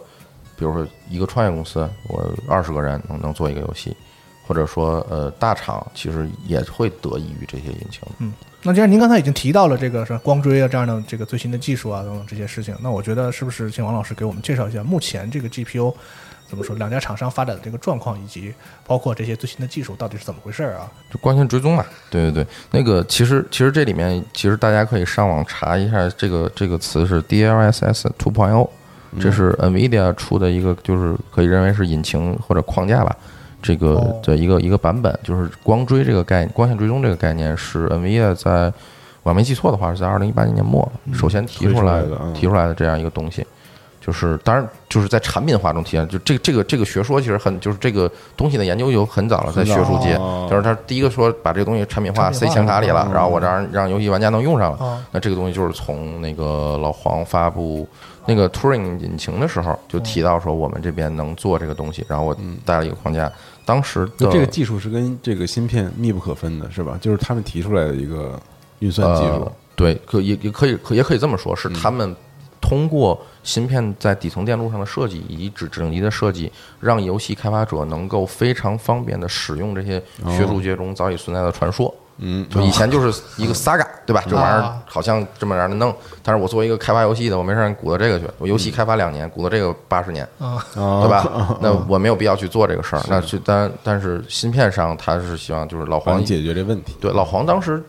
比如说一个创业公司，我二十个人能能做一个游戏，或者说呃大厂其实也会得益于这些引擎。那既然您刚才已经提到了这个是光追啊这样的这个最新的技术啊等等这些事情，那我觉得是不是请王老师给我们介绍一下目前这个 GPU 怎么说两家厂商发展的这个状况，以及包括这些最新的技术到底是怎么回事儿啊？就光线追踪嘛，对对对，那个其实其实这里面其实大家可以上网查一下这个这个词是 DLSS 2.0，这 oh，是 NVIDIA 出的一个就是可以认为是引擎或者框架吧，这个哦的一个一个版本，就是光追这个概光线追踪这个概念是 NVIDIA 在我没记错的话是在二零一八年年末首先提嗯出来推出来的嗯提出来的这样一个东西。就是当然就是在产品化中体现，就这这个这个学说其实很就是这个东西的研究有很早了，在学术界，哦就是他第一个说把这个东西产品化产品塞化显卡里了嗯，然后我让让游戏玩家能用上了。啊，那这个东西就是从那个老黄发布那个 Turing 引擎的时候就嗯提到说我们这边能做这个东西，然后我带了一个框架。当时的嗯就这个技术是跟这个芯片密不可分的，是吧？就是他们提出来的一个运算技术嗯呃，对，可也也可以可也可以这么说，是他们通过芯片在底层电路上的设计以及指指令集的设计，让游戏开发者能够非常方便的使用这些学术界中早已存在的传说。嗯，就以前就是一个 Saga，对吧？这玩意儿好像这么让人弄，但是我作为一个开发游戏的，我没事儿鼓捣这个去，我游戏开发两年，鼓捣这个八十年，呃对啊对？ 吧？那我没有必要去做这个事儿。那去，但但是芯片上，他是希望就是老帮黄你解决这问题，对，老黄当时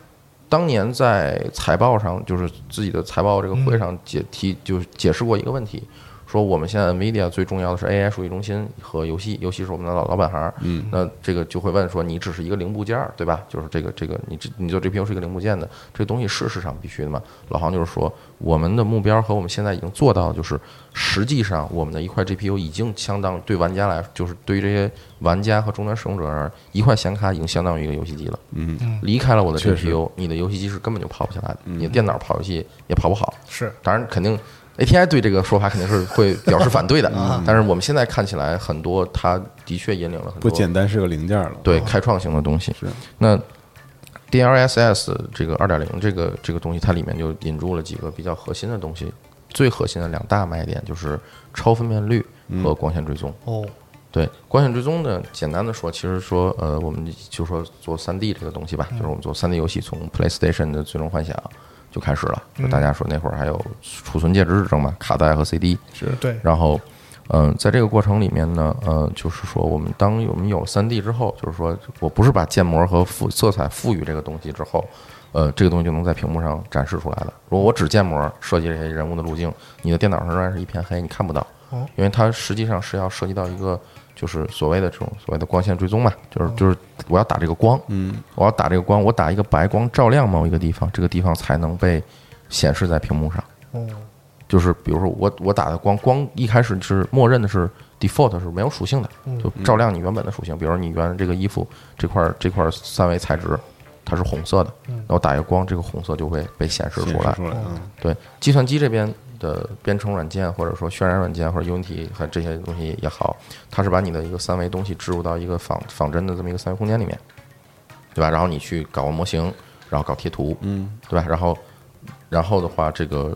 当年在财报上，就是自己的财报这个会上解提，就是解释过一个问题，说我们现在 NVIDIA 最重要的是 AI 数据中心和游戏，游戏是我们的老老本行。嗯，那这个就会问说，你只是一个零部件儿，对吧？就是这个这个，你这你做 GPU 是一个零部件的，这个东西是市场必须的吗？老黄就是说，我们的目标和我们现在已经做到，就是实际上我们的一块 GPU 已经相当于对玩家来，就是对于这些玩家和终端使用者而言，一块显卡已经相当于一个游戏机了。离开了我的嗯确实嗯 GPU，你的游戏机是根本就跑不起来的，你的电脑跑游戏也跑不好。是当然，肯定 ATI 对这个说法肯定是会表示反对 的。嗯但是我们现在看起来，很多它的确引领了很不多简单是个零件了。对开创性的东西。是那 DLSS 这个二点零这个这个东西，它里面就引入了几个比较核心的东西。最核心的两大卖点就是超分辨率和光线追踪。哦，对，光线追踪呢，简单的说，其实说，呃，我们就说做三 D 这个东西吧，就是我们做三 D 游戏，从 PlayStation 的《最终幻想》就开始了。就大家说那会儿还有储存介质之争嘛，卡带和 CD。是对，然后，嗯、在这个过程里面呢，呃，就是说，我们当我们有了三 D 之后，就是说我不是把建模和赋色彩赋予这个东西之后，呃，这个东西就能在屏幕上展示出来了。如果我只建模设计这些人物的路径，你的电脑上仍然是一片黑，你看不到，因为它实际上是要涉及到一个。就是所谓的这种所谓的光线追踪嘛，就是就是我要打这个光，嗯，我要打这个光，我打一个白光照亮某一个地方，这个地方才能被显示在屏幕上。哦，就是比如说我我打的光光一开始是默认的是 default 是没有属性的，就照亮你原本的属性。比如你原来这个衣服这块这块三维材质它是红色的，那我打一个光，这个红色就会被显示显出示来出。来，嗯对，计算机这边的编程软件或者说渲染软件或者 Unity 和这些东西也好，它是把你的一个三维东西植入到一个仿仿真的这么一个三维空间里面，对吧？然后你去搞模型，然后搞贴图，嗯，对吧？然后，然后的话，这个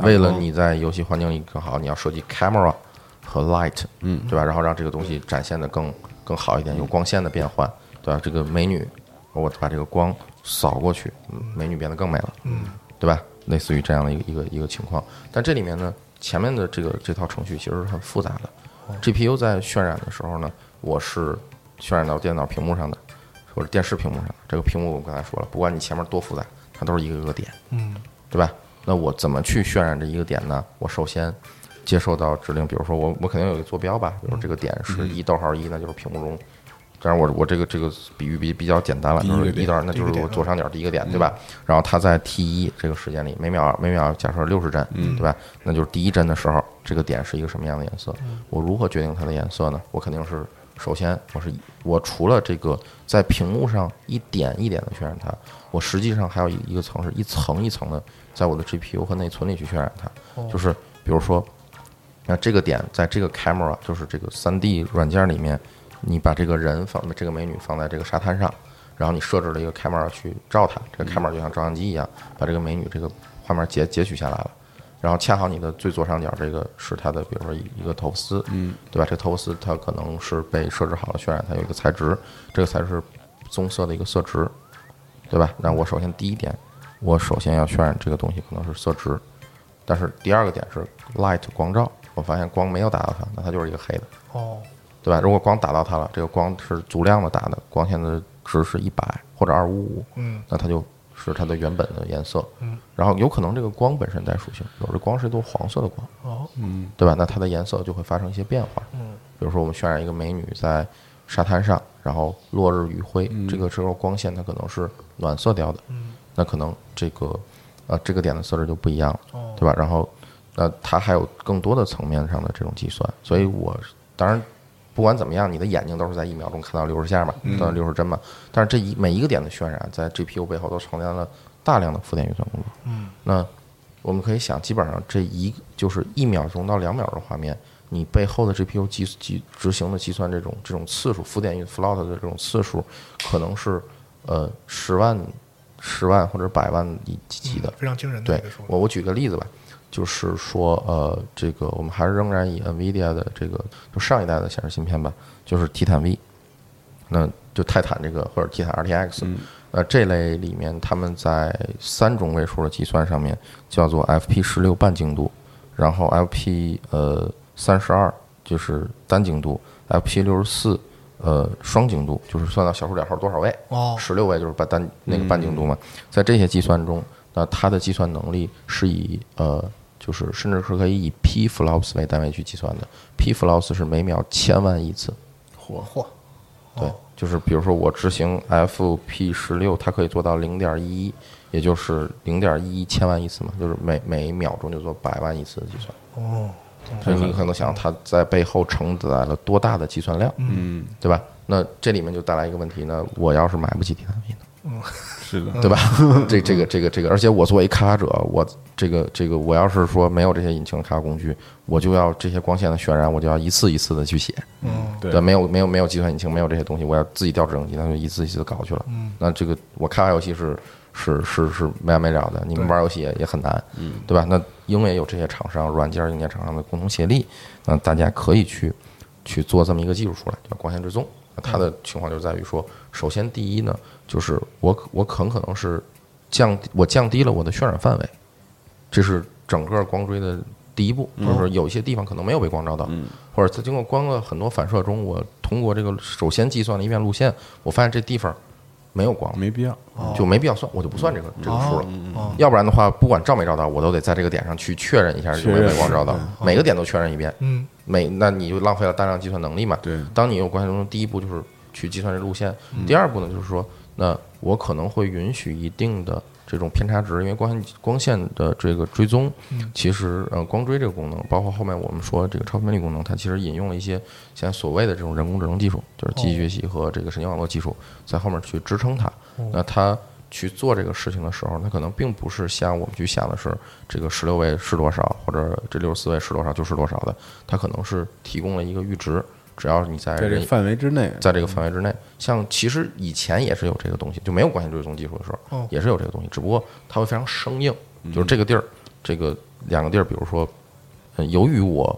为了你在游戏环境里更好，你要设计 camera 和 light，嗯，对吧？然后让这个东西展现的更更好一点，有光线的变换，对吧？这个美女，我把这个光扫过去，嗯美女变得更美了，嗯，对吧？类似于这样的一个一个一个情况，但这里面呢，前面的这个这套程序其实是很复杂的。GPU 在渲染的时候呢，我是渲染到电脑屏幕上的，或者电视屏幕上的。这个屏幕我刚才说了，不管你前面多复杂，它都是一个个点，嗯，对吧？那我怎么去渲染这一个点呢？我首先接受到指令，比如说我我肯定有一个坐标吧，比如这个点嗯是一逗号一，那就是屏幕中。当然我我这个这个比喻比比较简单了，嗯第一个就是点嗯一到那就是我左上角第一个点，对吧？然后它在 T 一这个时间里，每秒每秒假设六十帧，嗯对吧？那就是第一帧的时候，这个点是一个什么样的颜色？我如何决定它的颜色呢？我肯定是首先我是我除了这个在屏幕上一点一点的渲染它，我实际上还有一一个层是一层一层的在我的 GPU 和内存里去渲染它，哦就是比如说那这个点在这个 camera 就是这个三 D 软件里面，你把这个人放，这个美女放在这个沙滩上，然后你设置了一个 camera 去照它，这个 camera 就像照相机一样，把这个美女这个画面截截取下来了。然后恰好你的最左上角这个是它的，比如说一一个头发丝，嗯，对吧？这个头发丝它可能是被设置好了渲染，它有一个材质，这个材质是棕色的一个色值，对吧？那我首先第一点，我首先要渲染这个东西可能是色值，但是第二个点是 light 光照，我发现光没有打到它，那它就是一个黑的，哦，对吧？如果光打到它了，这个光是足量的打的，光线的值是一百或者二五五，嗯，那它就是它的原本的颜色，嗯，然后有可能这个光本身带属性，有的光是一朵黄色的光，哦，嗯对吧？那它的颜色就会发生一些变化。嗯，比如说我们渲染一个美女在沙滩上，然后落日余晖，这个时候光线它可能是暖色调的，嗯，那可能这个呃这个点的色值就不一样了，对吧？然后呃它还有更多的层面上的这种计算，所以我当然。不管怎么样，你的眼睛都是在一秒钟看到六十下嘛，到六十帧嘛。但是这一每一个点的渲染，在 GPU 背后都承担了大量的负电运算工作。嗯，那我们可以想，基本上这一就是一秒钟到两秒的画面，你背后的 GPU 计计执行的计算这种这种次数，浮点 float 的这种次数，可能是呃十万、十万或者百万以级的。非常惊人的对一个数字。我，我举个例子吧，就是说呃，这个我们还是仍然以 NVIDIA 的这个就上一代的显示芯片吧，就是 Titan V，那就泰坦这个或者 Titan RTX，、呃这类里面他们在三种位数的计算上面叫做 FP 十六半精度，然后 FP 呃三十二就是单精度，FP 六十四。呃，双精度就是算到小数点后多少位，哦十六位就是半单那个半精度嘛，在这些计算中，那它的计算能力是以呃，就是甚至是可以以 p flops 为单位去计算的。p flops 是每秒千万亿次，嚯，对，就是比如说我执行 FP 十六，它可以做到零点一，也就是零点一千万亿次嘛，就是每每秒钟就做百万亿次的计算。哦，所以你可能想，它在背后承载了多大的计算量，嗯，对吧？那这里面就带来一个问题，那我要是买不起 t 坦 V 呢？是的，对吧？ 这这个这个这个，而且我作为一开发者，我这个这个，我要是说没有这些引擎开发工具，我就要这些光线的渲染，我就要一次一次的去写。嗯，对对，没有没有没有计算引擎，没有这些东西，我要自己调制整机，那就一次一次地搞去了。嗯，那这个我开发游戏是是是是没完没了的，你们玩游戏也也很难，嗯，对吧？那因为有这些厂商、软件硬件厂商的共同协力，那大家可以去去做这么一个技术出来，叫光线追踪。那它的情况就在于说，首先第一呢，就是我可我很可能是降低我降低了我的渲染范围，这是整个光追的第一步，就是有一些地方可能没有被光照到，或者它经过光的很多反射中，我通过这个首先计算了一遍路线，我发现这地方没有光了，没必要。就没必要算，我就不算这个这个数了。要不然的话，不管照没照到，我都得在这个点上去确认一下有没有被光照到，每个点都确认一遍。嗯，每那你就浪费了大量计算能力嘛。对当你有光线中，第一步就是去计算这路线，第二步呢就是说，那我可能会允许一定的这种偏差值，因为光线光线的这个追踪，其实呃光追这个功能，包括后面我们说这个超分辨率功能，它其实引用了一些现在所谓的这种人工智能技术，就是机器学习和这个神经网络技术在后面去支撑它。那它去做这个事情的时候，它可能并不是像我们去想的是这个十六位是多少，或者这六十四位是多少就是多少的，它可能是提供了一个阈值，只要你在在这人个范围之内，在这个范围之内。像其实以前也是有这个东西，就没有光线追踪技术的时哦候，也是有这个东西，只不过它会非常生硬，嗯就是这个地儿，这个两个地儿，比如说，呃由于我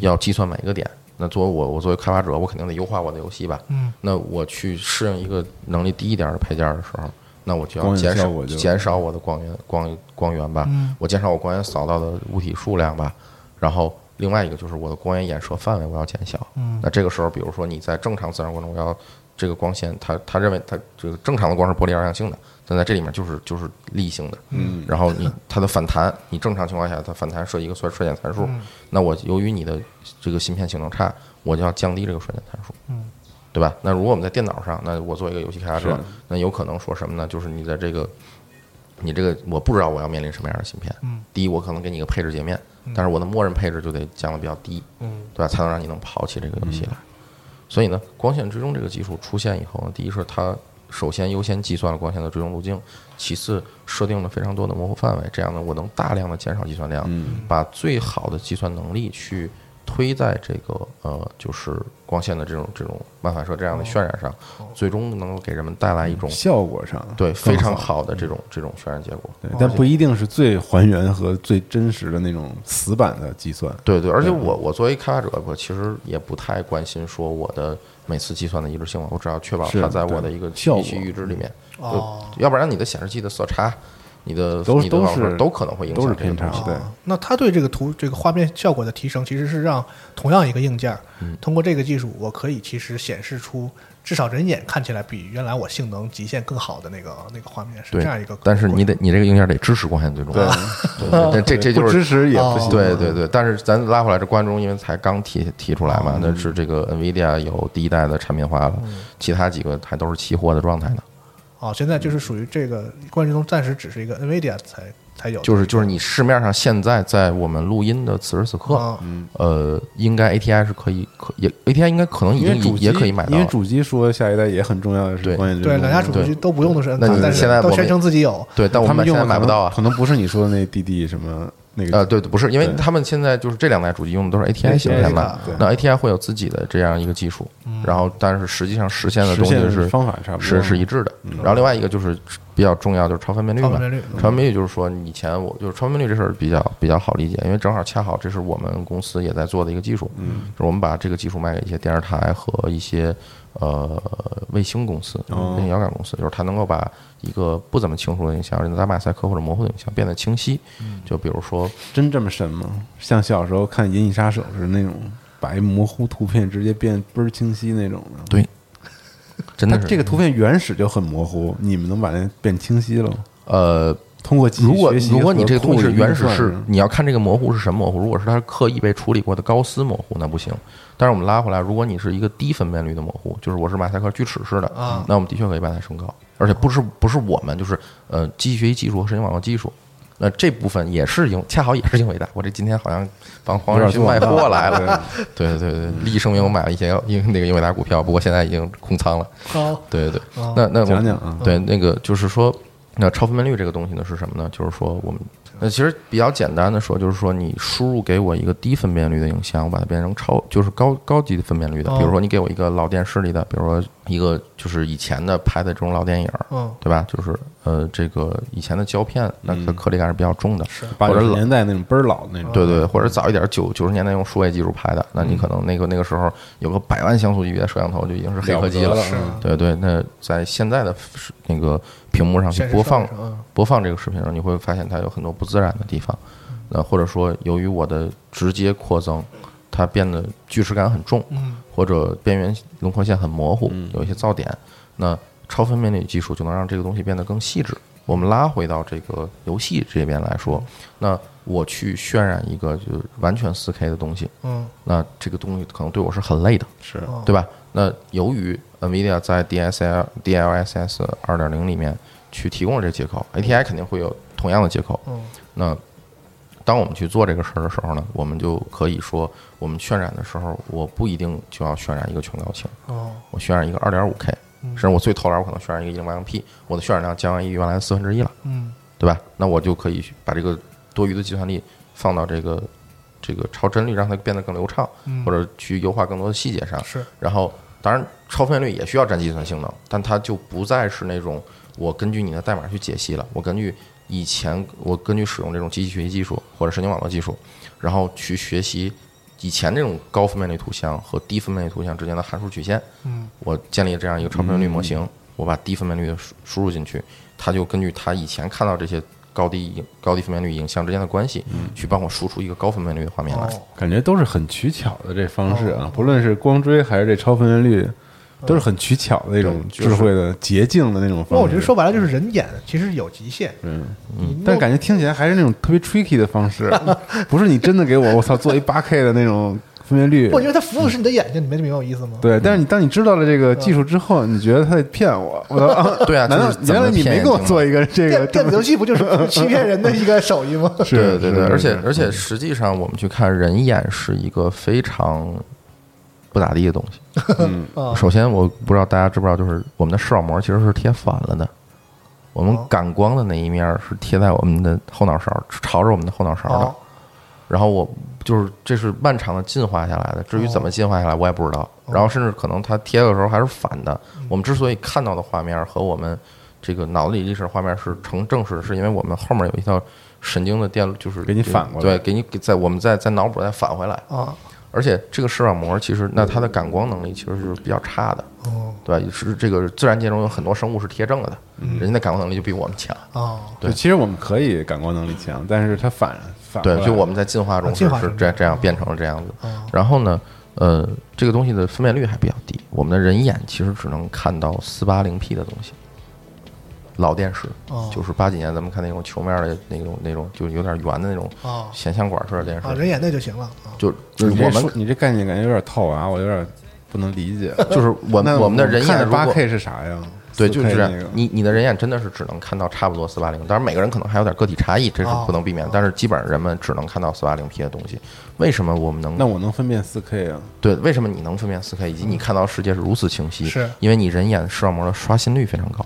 要计算每一个点，那作为我我作为开发者，我肯定得优化我的游戏吧。嗯，那我去适应一个能力低一点的配件的时候，那我就要光源减效少果就减少我的光源光光源吧，我减少我光源扫到的物体数量吧，然后另外一个就是我的光源衍射范围我要减小。嗯，那这个时候，比如说你在正常自然光中，我要这个光线，它它认为它这个正常的光是玻璃二象性的，但在这里面就是就是立性的。嗯，然后你它的反弹，你正常情况下它反弹设一个衰衰减参数，那我由于你的这个芯片性能差，我就要降低这个衰减参数。嗯。对吧？那如果我们在电脑上，那我作为一个游戏开发者是，那有可能说什么呢？就是你在这个你这个我不知道我要面临什么样的芯片。嗯，第一，我可能给你一个配置界面，但是我的默认配置就得降的比较低，嗯，对吧？才能让你能跑起这个游嗯戏来。所以呢，光线追踪这个技术出现以后呢，第一是它首先优先计算了光线的追踪路径，其次设定了非常多的嗯模糊范围，这样呢，我能大量的减少计算量，把最好的计算能力去推在这个呃，就是光线的这种这种漫反射这样的渲染上，最终能够给人们带来一种嗯效果上对非更嗯常好的这种这种渲染结果。对，但不一定是最还原和最真实的那种死板的计算。对对，而且我我作为开发者，我其实也不太关心说我的每次计算的一致性嘛，我只要确保是它在我的对一个效预期果嗯阈值里面。哦就要不然你的显示器的色差，你的都你的都网格是都可能会影都是响这个偏东差西。对啊那他对这个图这个画面效果的提升，其实是让同样一个硬件儿，嗯通过这个技术，我可以其实显示出至少人眼看起来比原来我性能极限更好的那个那个画面，是这样一个。但是你得你这个硬件得支持光线最终。对对， 但这这就不支是。持嗯也不行。啊对对对，但是咱拉回来，这关中因为才刚提提出来嗯嘛，那是这个 NVIDIA 有第一代的产品化了，其他几个还都是期货的状态呢。哦，现在嗯就是属于这个冠军中暂时只是一个 NVIDIA 才才有的，就是就是你市面上现在在我们录音的此时此刻，啊，呃，应该 ATI 是可以可也 ATI 应该可能 已因为经主已机也可以买到因为了。主机说下一代也很重要的是对关键对，两家主机都不用的是 N 那卡，你但是现在我都们宣称自己有。对，但我他们们现用在的买不可能到啊。可能不是你说的那 DD 什么那个呃，对，不是，因为对他们现在就是这两台主机用的都是 ATI 芯片嘛对，嗯那 ATI 会有自己的这样一个技术，然后但是实际上实现的实东西现的是方法差不多嗯是是一致的。然后另外一个就是比较重要就是超分辨率超嘛分辨率，超分辨率就是说以前我就是超分辨率这事儿比较比较好理解，因为正好恰好这是我们公司也在做的一个技术，嗯就是我们把这个技术卖给一些电视台和一些。呃，卫星公司、哦卫星遥感公司，就是它能够把一个不怎么清楚的影像，人在马赛克或者模糊的影像变得清晰。嗯就比如说，真这么神吗？像小时候看《银翼杀手》是那种把一模糊图片直接变倍儿清晰那种的。对， 真它的是这个图片原始就很模糊，你们能把那变清晰了吗？呃，通过机器如果学习如果你和这个酷东西是运原始算是，你要看这个模糊是什么模糊。如果是它是刻意被处理过的高斯模糊，那不行。但是我们拉回来，如果你是一个低分辨率的模糊，就是我是马赛克锯齿式的，那我们的确可以把它升高，而且不是不是我们，就是呃机器学习技术和神经网络技术。那这部分也是英，恰好也是英伟达。我这今天好像帮黄仁勋卖货来了，对对对对，利益声明我买了一些英那个英伟达股票，不过现在已经空仓了。哦，对对，对，那那我讲讲啊对那个就是说，那超分辨率这个东西呢是什么呢？就是说我们那其实比较简单的说，就是说你输入给我一个低分辨率的影像，我把它变成超就是高高级的分辨率的，比如说你给我一个老电视里的，比如说一个就是以前的拍的这种老电影儿，嗯对吧？就是呃这个以前的胶片，那嗯它颗粒感是比较重的，八或者九十老年代那种倍儿老的那种，对对，或者早一点九九十年代用数位技术拍的，那嗯你可能那个那个时候有个百万像素级别的摄像头就已经是黑科技了不了得了啊嗯。对对，那在现在的视那个屏幕上去显示播设放备上嗯播放这个视频上，你会发现它有很多不自然的地方。那或者说，由于我的直接扩增，它变得锯齿感很重，或者边缘轮廓线很模糊，有一些噪点。那超分辨率技术就能让这个东西变得更细致。我们拉回到这个游戏这边来说，那我去渲染一个就是完全 4K 的东西，嗯，那这个东西可能对我是很累的，是对吧？那由于 NVIDIA 在 DSL DLSS 2.0里面去提供了这个接口，ATI 肯定会有同样的接嗯口。那当我们去做这个事儿的时候呢，我们就可以说，我们渲染的时候，我不一定就要渲染一个全高清，哦，我渲染一个 2.5K，甚至我最偷懒，我可能渲染一个 1080p，我的渲染量降于原来的四分之一了，嗯，对吧？那我就可以把这个多余的计算力放到这个这个超帧率，让它变得更流畅，或者去优化更多的细节上。嗯是，然后当然超分辨率也需要占计算性能，但它就不再是那种我根据你的代码去解析了，我根据以前我根据使用这种机器学习技术或者神经网络技术，然后去学习以前这种高分辨率图像和低分辨率图像之间的函数曲线。嗯，我建立这样一个超分辨率模型，我把低分辨率的输输入进去，它就根据它以前看到这些。高低影高低分辨率影像之间的关系，去帮我输出一个高分辨率的画面来。哦感觉都是很取巧的这方式哦啊，不论是光追还是这超分辨率，都是很取巧的一种智慧的捷径的那种方式。那我觉得说白了就是人眼其实有极限，嗯嗯但感觉听起来还是那种特别 tricky 的方 式，不是你真的给我我操做一八 K 的那种分辨率不，。因为它服务是你的眼睛，你没明白我意思吗？对，但是你当你知道了这个技术之后，你觉得他在骗我，我 操、啊嗯对啊难道就是怎么原来你没给我做一个这电个电子游戏 不就是欺骗人的一个手艺吗？是，对对是对，而且是而且实际上我们去看人眼是一个非常不咋地的东西。嗯 啊首先，我不知道大家知不知道，就是我们的视网膜其实是贴反了的，哦我们感光的那一面是贴在我们的后脑勺，朝着我们的后脑勺的哦。然后我就是这是漫长的进化下来的，至于怎么进化下来哦我也不知道。然后甚至可能它贴的时候还是反的。嗯我们之所以看到的画面和我们这个脑子里历史画面是成正视，是因为我们后面有一条神经的电路，就是给你反过来对，给你给在我们在在脑补再返回来。啊，而且这个视网膜其实那它的感光能力其实是比较差的，哦对吧？是这个自然界中有很多生物是贴正了的，嗯人家的感光能力就比我们强。哦，对就其实我们可以感光能力强，但是它反反过对，来就我们在进化啊中进是化是中这这样变成了这样子哦。然后呢，呃，这个东西的分辨率还比较低，我们的人眼其实只能看到四八零 P 的东西。老电视哦就是八几年咱们看那种球面的那种那种，就有点圆的那种哦显像管式的电啊，视，人眼内就行了啊，就你就是这我说们你这概念感觉有点套娃，我有点不能理 解。就是我们那我们的人看眼的如八果 K 是啥呀？对，就是 4K 这样那个。你你的人眼真的是只能看到差不多四八零，当然每个人可能还有点个体差异，这哦是不能避免。但是基本上人们只能看到四八零 P 的东西。为什么我们能那我能分辨四 K 啊？对？为什么你能分辨四 K，以及嗯你看到世界是如此清晰？是因为你人眼视网膜的刷新率非常高，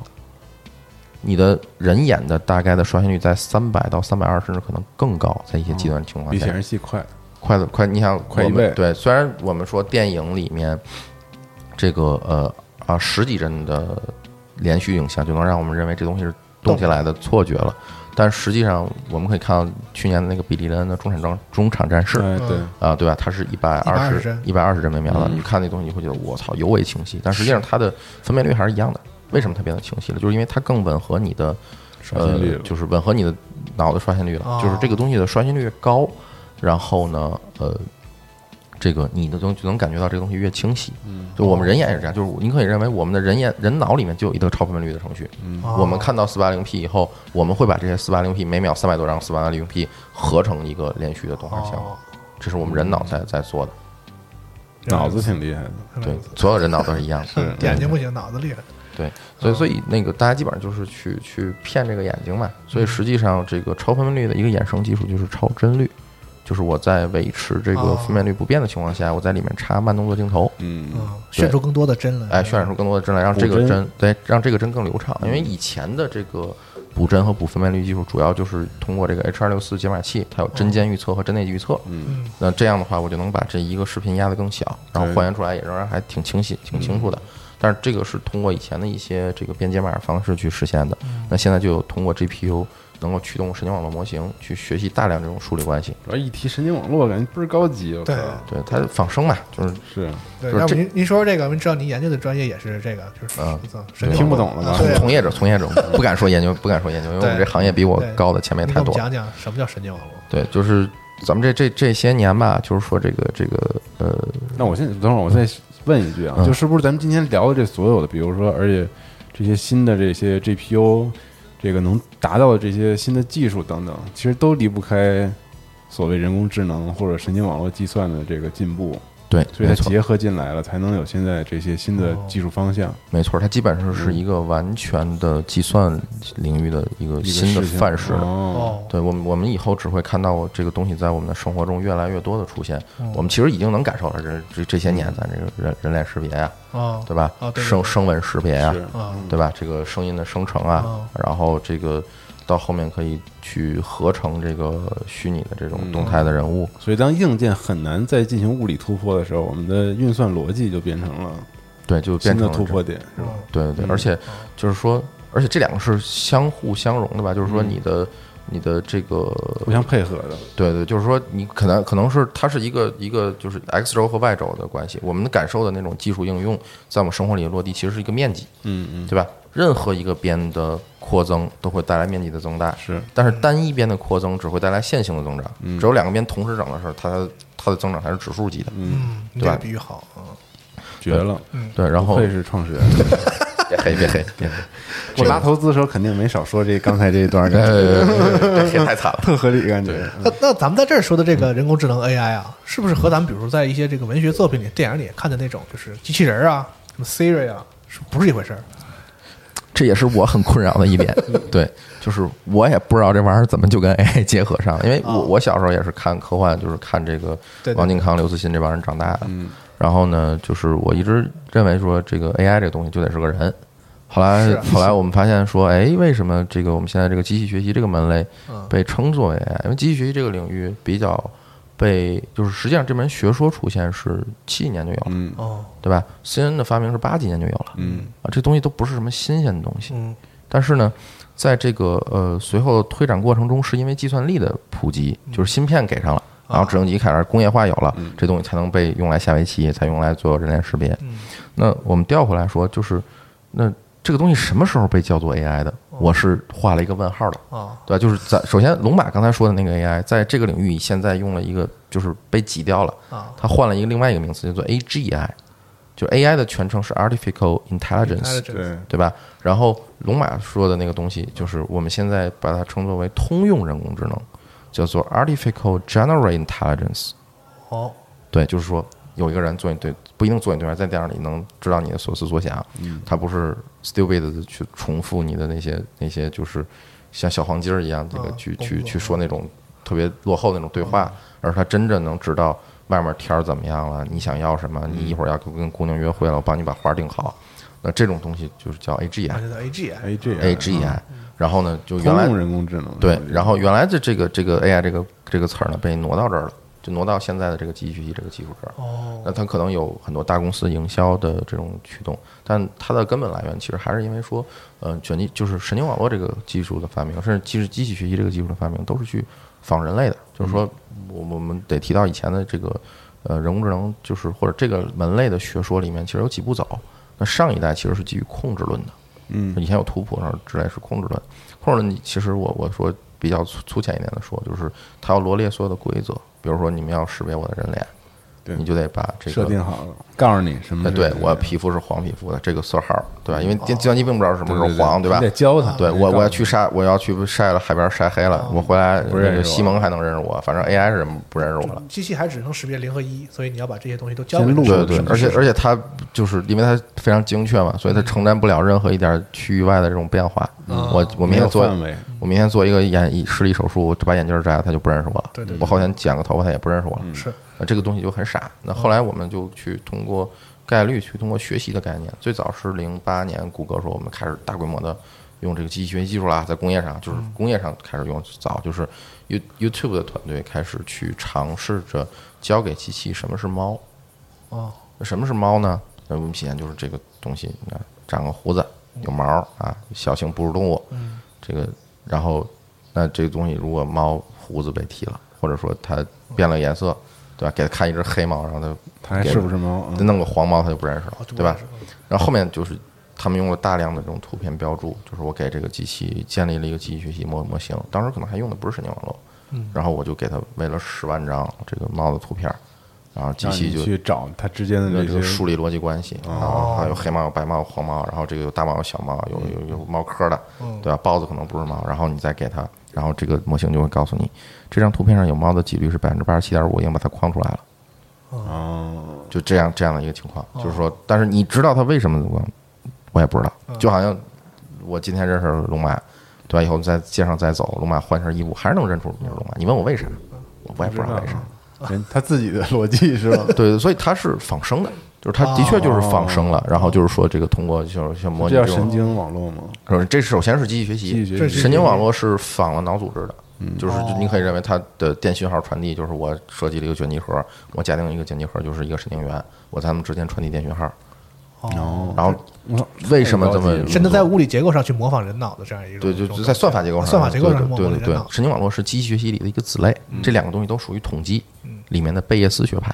你的人眼的大概的刷新率在三百到三百二，甚至可能更高，在一些极端情况比嗯下显，示器快。快的快，你想快我一们倍对，虽然我们说电影里面这个呃啊十几帧的连续影像就能让我们认为这东西是动起来的错觉了，但实际上我们可以看到去年的那个比利林恩的中产装中场战士啊、哎，对，对吧？它是一百二120十帧一百二十帧嗯每秒的，你看那东西你会觉得我操尤为清晰，但实际上它的分辨率还是一样的。为什么它变得清晰了？就是因为它更吻合你的刷新率呃了，就是吻合你的脑的刷新率了。就是这个东西的刷新率越高，然后呢，呃，这个你的东就能感觉到这个东西越清晰。嗯就我们人眼也是这样，就是你可以认为我们的人眼人脑里面就有一个超分辨率的程序。嗯哦我们看到四八零 P 以后，我们会把这些四八零 P 每秒三百多张四八零 P 合成一个连续的动画项目哦。这是我们人脑在在做的，脑子挺厉害的。看来对，所有人脑都是一样的。嗯眼睛不行，脑子厉害，对，所以所以那个大家基本上就是去去骗这个眼睛嘛，所以实际上这个超分辨率的一个衍生技术就是超帧率，就是我在维持这个哦分辨率不变的情况下，我在里面插慢动作镜头，嗯，嗯，炫出更多的真来，哎，渲染出更多的帧来，让补这个帧帧对让这个帧更流畅，因为以前的这个补帧和补分辨率技术主要就是通过这个 H 二六四解码器，它有帧间预测和帧内预测，嗯，那这样的话我就能把这一个视频压得更小，然后对还原出来也仍然还挺清晰、挺清楚的。嗯但是这个是通过以前的一些这个编解码方式去实现的，嗯那现在就有通过 GPU 能够驱动神经网络模型去学习大量这种数理关系。主要一提神经网络，感觉倍儿高级。我靠对，对，它仿生嘛，就是是对，就是要不这您您说说这个，我们知道您研究的专业也是这个，就是嗯神经听不网懂了吧啊从对，从业者，从业者不敢说研究，不敢说研究，因为我们对这行业比我对高的前辈您给太我们多了。讲讲什么叫神经网啊络？对，就是咱们这这这些年吧，就是说这个这个呃，那我现在等会儿我再问一句啊，嗯就是不是咱们今天聊的这所有的，比如说，而且这些新的这些 GPU，这个能达到的这些新的技术等等，其实都离不开所谓人工智能或者神经网络计算的这个进步，对，所以没它错，结合进来了，才能有现在这些新的技术方向。没错，它基本上嗯是一个完全的计算领域的一个一个新的事情范式了。哦，哦，嗯对我们，我们以后只会看到这个东西在我们的生活中越来越多的出现。嗯我们其实已经能感受到这这这些嗯年咱这个人人脸识别呀、哦，对吧？哦对对声对声纹识别呀、是嗯啊，对吧？这个声音的生成啊，哦然后这个到后面可以去合成这个虚拟的这嗯种动态的人物。所以当硬件很难再进行物理突破的时候，我们的运算逻辑就变成了对，就新变成的了突这破点，是吧？对对对，嗯而且就是说，而且这两个是相互相融的吧？就是嗯说，你的、你的这个互相配合的，对对，就是说你可能可能是它是一个一个就是 x 轴和 y 轴的关系，我们感受的那种技术应用在我们生活里的落地其实是一个面积，嗯嗯，对吧？任何一个边的扩增都会带来面积的增大，是，嗯但是单一边的扩增只会带来线性的增长，只有两个边同时涨的时候，它它的增长才是指数级的，嗯，你对这吧个比喻好啊，绝了，对，嗯然后会是创始人。别黑别黑 别黑，我拉投资的时候肯定没少说这刚才这一段，感觉呃，这太惨了。特合理，感觉。那那咱们在这儿说的这个人工智能 AI 啊，是不是和咱们比如说在一些这个文学作品里、电影里看的那种就是机器人儿啊、什么 Siri 啊，是不是一回事儿？这也是我很困扰的一 点。对，就是我也不知道这玩意儿怎么就跟 AI 结合上了，因为我我小时候也是看科幻，就是看这个哦对对嗯王靖康、刘慈欣这帮人长大的。然后呢，就是我一直认为说这个 AI 这个东西就得是个人。后来是啊后来我们发现说，哎，为什么这个我们现在这个机器学习这个门类嗯被称作为 AI？因为机器学习这个领域比较被就是实际上这门学说出现是七几年就有了，嗯哦，对吧？CNN 的发明是八几年就有了，嗯啊，这东西都不是什么新鲜的东西。嗯但是呢，在这个呃随后的推展过程中，是因为计算力的普及，就是芯片给上了，然后智能机开始工业化有了，这东西才能被用来下围棋，才用来做人脸识别。嗯那我们调回来说，就是那这个东西什么时候被叫做 AI 的？我是画了一个问号的。啊，对吧，就是在首先，龙马刚才说的那个 AI，在这个领域现在用了一个，就是被挤掉了啊，它换了一个另外一个名词，叫做 AGI，就是 AI 的全称是 Artificial 他 Intelligence，的这个对，对吧？然后龙马说的那个东西，就是我们现在把它称作为通用人工智能，叫做 Artificial General Intelligence。哦，对，就是说有一个人坐你对，不一定坐你对面，在电脑里能知道你的所思所想，嗯他不是 stupid 的去重复你的那些那些，就是像小黄鸡儿一样，这个啊去工去作嗯去说那种特别落后的那种对话，而他真正能知道外面天儿怎么样了，你想要什么，嗯你一会儿要跟姑娘约会了，我帮你把花儿定好，那这种东西就是叫 A G 那 I 就叫啊 AGI 哎，A G A G I，然嗯后呢，就原嗯通来用人工智能对，然后后原来的这个这个 AI 这个这个词儿呢，被挪到这儿了，就挪到现在的这个机器学习这个技术这儿。哦，那它可能有很多大公司营销的这种驱动，但它的根本来源其实还是因为说，呃，卷积就是神经网络这个技术的发明，甚至其实机器学习这个技术的发明，都是去仿人类的。就是说，我我们得提到以前的这个呃人工智能，就是或者这个门类的学说里面，其实有几步走。那上一代其实是基于控制论的，嗯，以前有图谱上之类是控制论，控制论其实我我说比较粗粗浅一点的说，就是它要罗列所有的规则，比如说你们要识别我的人脸。对你就得把这个设定好了，告诉你什么哎，是对这个我皮肤是黄皮肤的，这个色号，对哦吧？因为电计算机并不知道什么时候黄，对吧你得？教他，对你得我，告诉我要去晒，我要去晒了海边晒黑了，我回来不认识那个我西蒙还能认识我，反正 AI 是不认识我了。机器还只能识别零和一，所以你要把这些东西都教给先录它对是对，是而且而且它就是因为它非常精确嘛，所以它承担不了任何一点区域外的这种变化。我我嗯明没有天做范围，我明天做一个眼一视力手术，我就把眼镜摘了，他就不认识我了。对对对嗯我后天剪个头发，他也不认识我了。是，那这个东西就很傻。那后来我们就去通过概率，去通过学习的概念。最早是零八年，谷歌说我们开始大规模的用这个机器学习技术啦，在工业上，就是嗯工业上开始用早，就是 You YouTube 的团队开始去尝试着教给机器什么是猫。哦，什么是猫呢？那我们体验就是这个东西，你看长个胡子，有毛儿啊，小型哺乳动物。嗯这个，然后那这个东西如果猫胡子被剃了，或者说它变了颜色，对吧？给它看一只黑猫，然后它它还给是不是猫？嗯弄个黄猫，它就不认识了哦，就不对吧认识了？然后后面就是他们用了大量的这种图片标注，就是我给这个机器建立了一个机器学习模模型，当时可能还用的不是神经网络，嗯然后我就给它喂了十万张这个猫的图片儿，然后机让器你就去找它之间有的这这个些哦树理逻辑关系，然后还有黑猫、有白猫、有黄猫，然后这个有大猫、有小猫，有有嗯有猫科的，对吧？豹子可能不是猫，然后你再给它，然后这个模型就会告诉你，这张图片上有猫的几率是百分之八十七点五，已经把它框出来了。哦，就这样这样的一个情况，就是说，但是你知道它为什么我我也不知嗯道，就好像我今天认识龙马，对吧？以后在街上再走，龙马换身衣服还是能认出你是龙马。你问我为啥，我我也不知道为啥。人他自己的逻辑是 吧？对，所以它是仿生的，就是它的确就是仿生了。然后就是说，这个通过就是 像模拟这叫种哦神经网络吗？呃，这首先是机器学习，机器学嗯习神经网络是仿了脑组织的，就是哦就你可以认为它的电信号传递就是我设计了一个卷积核，我假定一个卷积核就是一个神经元，我在它们之间传递电讯号。哦，然后嗯为什么这么甚至在物理结构上去模仿人脑的这样一种，对，就一种啊就在算法结构上，算法结构上模对对仿人对对脑，神经网络是机器学习里的一个子类，嗯这两个东西都属于统计里面的贝叶斯学派。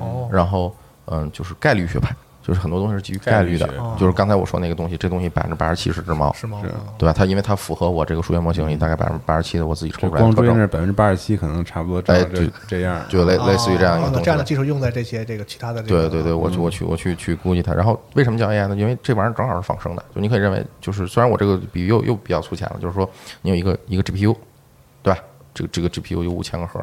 哦，然后嗯，就是概率学派，就是很多东西是基于概率的概率，就是刚才我说那个东西，这东西百分之八十七是只猫，嗯是吗？对吧？它因为它符合我这个数学模型里大概百分之八十七的我自己这抽出来光的追特那征，百分之八十七，可能差不多照哎这对这样。就类类似于这样一个哦东那这样的西。技术用在这些这个其他的这对个嗯对对，我去我去我去去估计它。然后为什么叫 AI 呢？因为这玩意儿正好是仿生的，就你可以认为，就是虽然我这个比喻又又比较粗浅了，就是说你有一个一个 GPU，对吧？这个这个 GPU 有五千个核，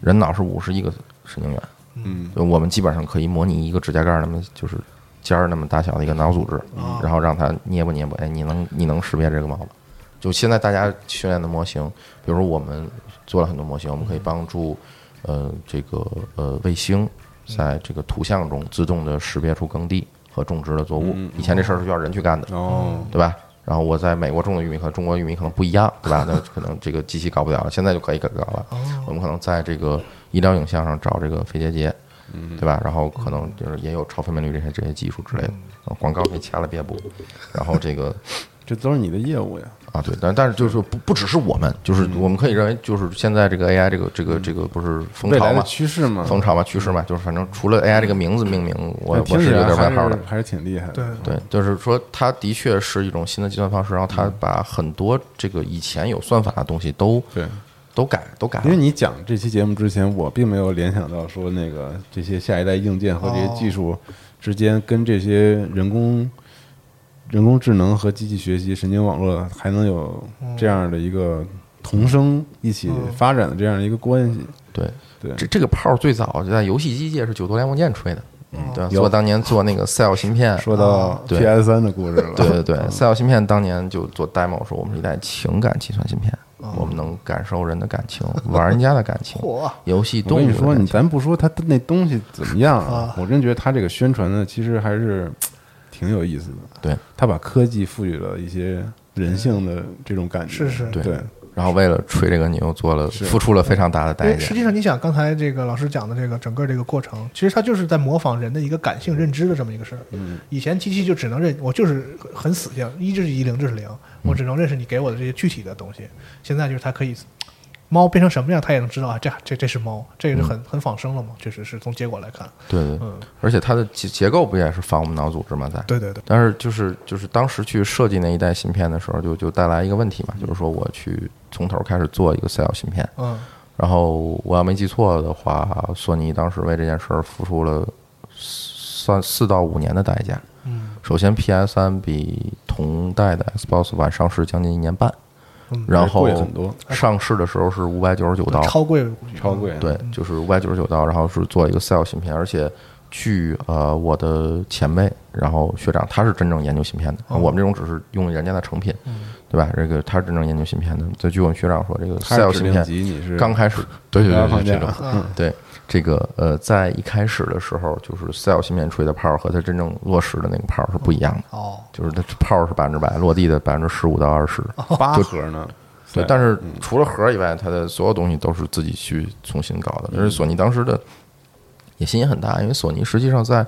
人脑是五十亿个神经元，嗯，就我们基本上可以模拟一个指甲盖儿那么就是尖儿那么大小的一个脑组织，哦然后让它捏吧捏吧，哎，你能你能识别这个猫吗？就现在大家训练的模型，比如说我们做了很多模型，我们可以帮助呃这个呃卫星在这个图像中自动的识别出耕地和种植的作物。以前这事儿是需要人去干的，哦，对吧？然后我在美国种的玉米和中国玉米可能不一样，对吧？那可能这个机器搞不了了，现在就可以搞了。我们可能在这个医疗影像上找这个肺结节，对吧？然后可能就是也有超分辨率这些这些技术之类的。啊广告被掐了别播，然后这个这都是你的业务呀。啊，对，但但是就是说不不只是我们，就是嗯我们可以认为，就是现在这个 AI 这个这个这个不是风未潮来的嘛，趋势嘛，风潮嘛趋势嘛，就是反正除了 AI 这个名字命名，我但我听起是有来点还外号是的。还是挺厉害的。对，对，就是说，它的确是一种新的计算方式，然后嗯它把很多这个以前有算法的东西都对，都改都改因为了。你讲这期节目之前，我并没有联想到说那个这些下一代硬件和这些技哦术之间跟这些人工人工智能和机器学习、神经网络还能有这样的一个同生一起发展的这样一个关系。对，对，嗯这这个炮最早就在游戏机界是九头连梦剑吹的，嗯，对吧，有做当年做那个赛 e 芯片，说到啊对 PS 三的故事了，对对对，赛 e 芯片当年就做 demo 说我们是一代情感计算芯片，我们能感受人的感情、玩家的感情、游戏我动跟物你的说，感你情。咱不说它那东西怎么样啊，我真觉得它这个宣传呢，其实还是挺有意思的。对，它把科技赋予了一些人性的这种感觉。是是对，然后为了吹这个牛，做了付出了非常大的因哎代为价实。际上，你想刚才这个老师讲的这个整个这个过程，其实它就是在模仿人的一个感性认知的这么一个事儿。嗯，以前机器就只能认我就是很死性，一就是一，零就是零，嗯我只能认识你给我的这些具体的东西。现在就是它可以，猫变成什么样，它也能知道啊，这这这是猫，这个是嗯很很仿生了嘛，确实是从结果来看。对对，而且它的结结构不也是防我们脑组织吗？在对对对，但是就是就是当时去设计那一代芯片的时候，就就带来一个问题嘛，就是说我去从头开始做一个 c e l 芯片，嗯，然后我要没记错的话，索尼当时为这件事儿付出了三四到五年的代价。嗯，首先 PS 三比同代的 Xbox 晚上市将近一年半，然后嗯贵很多上市的时候是五百九十九刀，超贵，我估计超贵。，对，就是五百九十九刀，然后是做一个 Cell 芯片，而且据呃我的前辈，然后学长，他是真正研究芯片的，哦我们这种只是用人家的成品，嗯对吧？这个他是真正研究芯片的。就据我们学长说，这个它是 Cell 指芯令片集，你是刚开始，对对不要对放对，假这种，嗯对这个呃，在一开始的时候，就是 Cell 芯片吹的泡儿和它真正落实的那个泡儿是不一样的，哦，就是它泡儿是百分之百落地的百分之十五到二十， 八核呢？哦对，嗯但是除了盒儿以外，它的所有东西都是自己去重新搞的。而且索尼当时的野心也很大，因为索尼实际上在，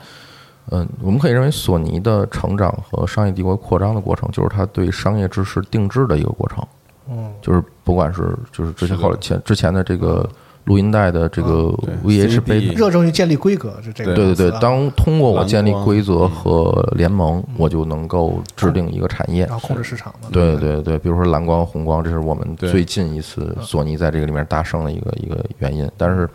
嗯，我们可以认为索尼的成长和商业帝国扩张的过程，就是它对商业知识定制的一个过程。嗯，就是不管是就是之前后来前之前的啊这个录音带的这个对 VH 杯 CD 的热衷于建立规格，就这个对词对啊对，当通过我建立蓝光规则和联盟，我就能够制定一个产业嗯然。后控制市场嘛，对对对，比如说蓝光、红光，这是我们对最近一次索尼在这个里面大胜的一个一个原因。但是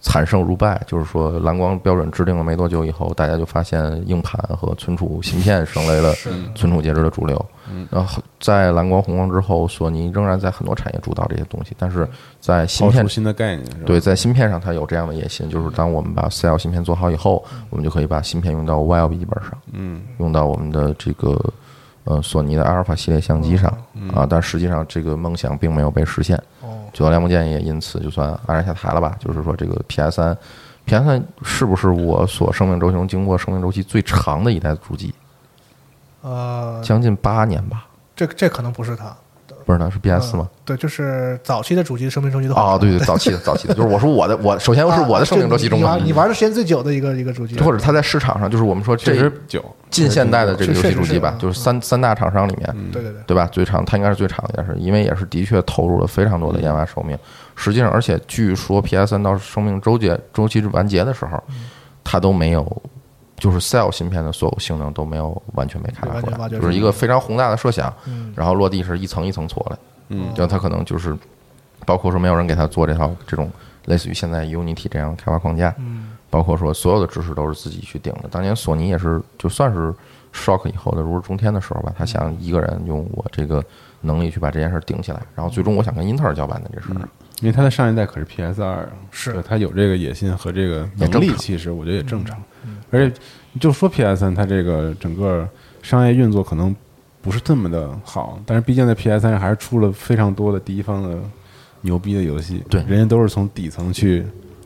惨胜如败，就是说蓝光标准制定了没多久以后，大家就发现硬盘和存储芯片成为了存储介质的主流。然后在蓝光、红光之后，索尼仍然在很多产业主导这些东西，但是在芯抛片出新的概念是吧？对，在芯片上它有这样的野心，就是当我们把 Cell 芯片做好以后，我们就可以把芯片用到 Y L 笔记本上，嗯，用到我们的这个呃索尼的阿尔法系列相机上啊，但实际上这个梦想并没有被实现。哦，九幺零木剑也因此就算黯然下台了吧？就是说这个 PS 三，PS 三是不是我所生命周期中经过生命周期最长的一代主机？呃，将近八年吧？这这可能不是它。不是呢，是 PS 吗？嗯对，就是早期的主机生命周期都好啊，长对对，早期的早期的，就是我说我的我首先啊是我的生命周期中你吧玩，你玩的时间最久的一个一个主机，或者它在市场上，就是我们说确这实久，近现代的这个游戏主机吧，确实是啊嗯就是三三大厂商里面，对对对，对吧？最长，它应该是最长的，也是因为也是的确投入了非常多的研嗯发寿命。实际上，而且据说 PS 三到生命周结周期完结的时候，嗯它都没有，就是 Cell 芯片的所有性能都没有完全被开发对完出来，全挖掘就是一个非常宏大的设想嗯，然后落地是一层一层错的，嗯，就它可能就是包括说没有人给他做这套这种类似于现在 Unity 这样的开发框架，嗯，包括说所有的知识都是自己去顶的。当年索尼也是，就算是 Shock 以后的如日中天的时候吧，他想一个人用我这个能力去把这件事顶起来，然后最终我想跟英特尔叫板的这事儿，因为它的上一代可是 PS 二，是对它有这个野心和这个也能正力，常其实我觉得也正常。而且就说 PS 三，它这个整个商业运作可能不是那么的好，但是毕竟在 PS 三上还是出了非常多的第一方的牛逼的游戏，对人家都是从底层去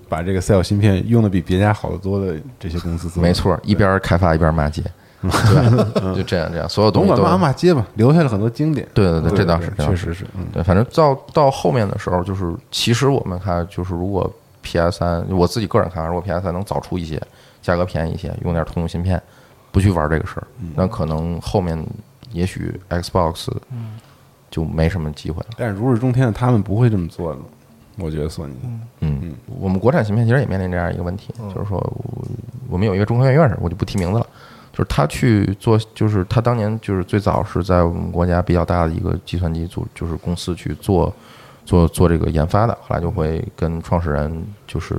把这个赛 e 芯片用的比别家好得多的这些公司做的，没错，一边开发一边骂街，对，就这样这样，所有东甭西管都骂骂街吧，留下了很多经典。对对对，这倒是，这倒确是实是，嗯，对，反正到到后面的时候，就是其实我们看，就是如果 PS 三，我自己个人看，啊如果 PS 三能早出一些，价格便宜一些，用点通用芯片，不去玩这个事儿，那可能后面也许 Xbox 就没什么机会了。但是如日中天的他们不会这么做的，我觉得索尼。嗯，我们国产芯片其实也面临这样一个问题，就是说我我们有一个中科院院士，我就不提名字了，就是他去做，就是他当年就是最早是在我们国家比较大的一个计算机组，就是公司去做做做这个研发的，后来就会跟创始人就是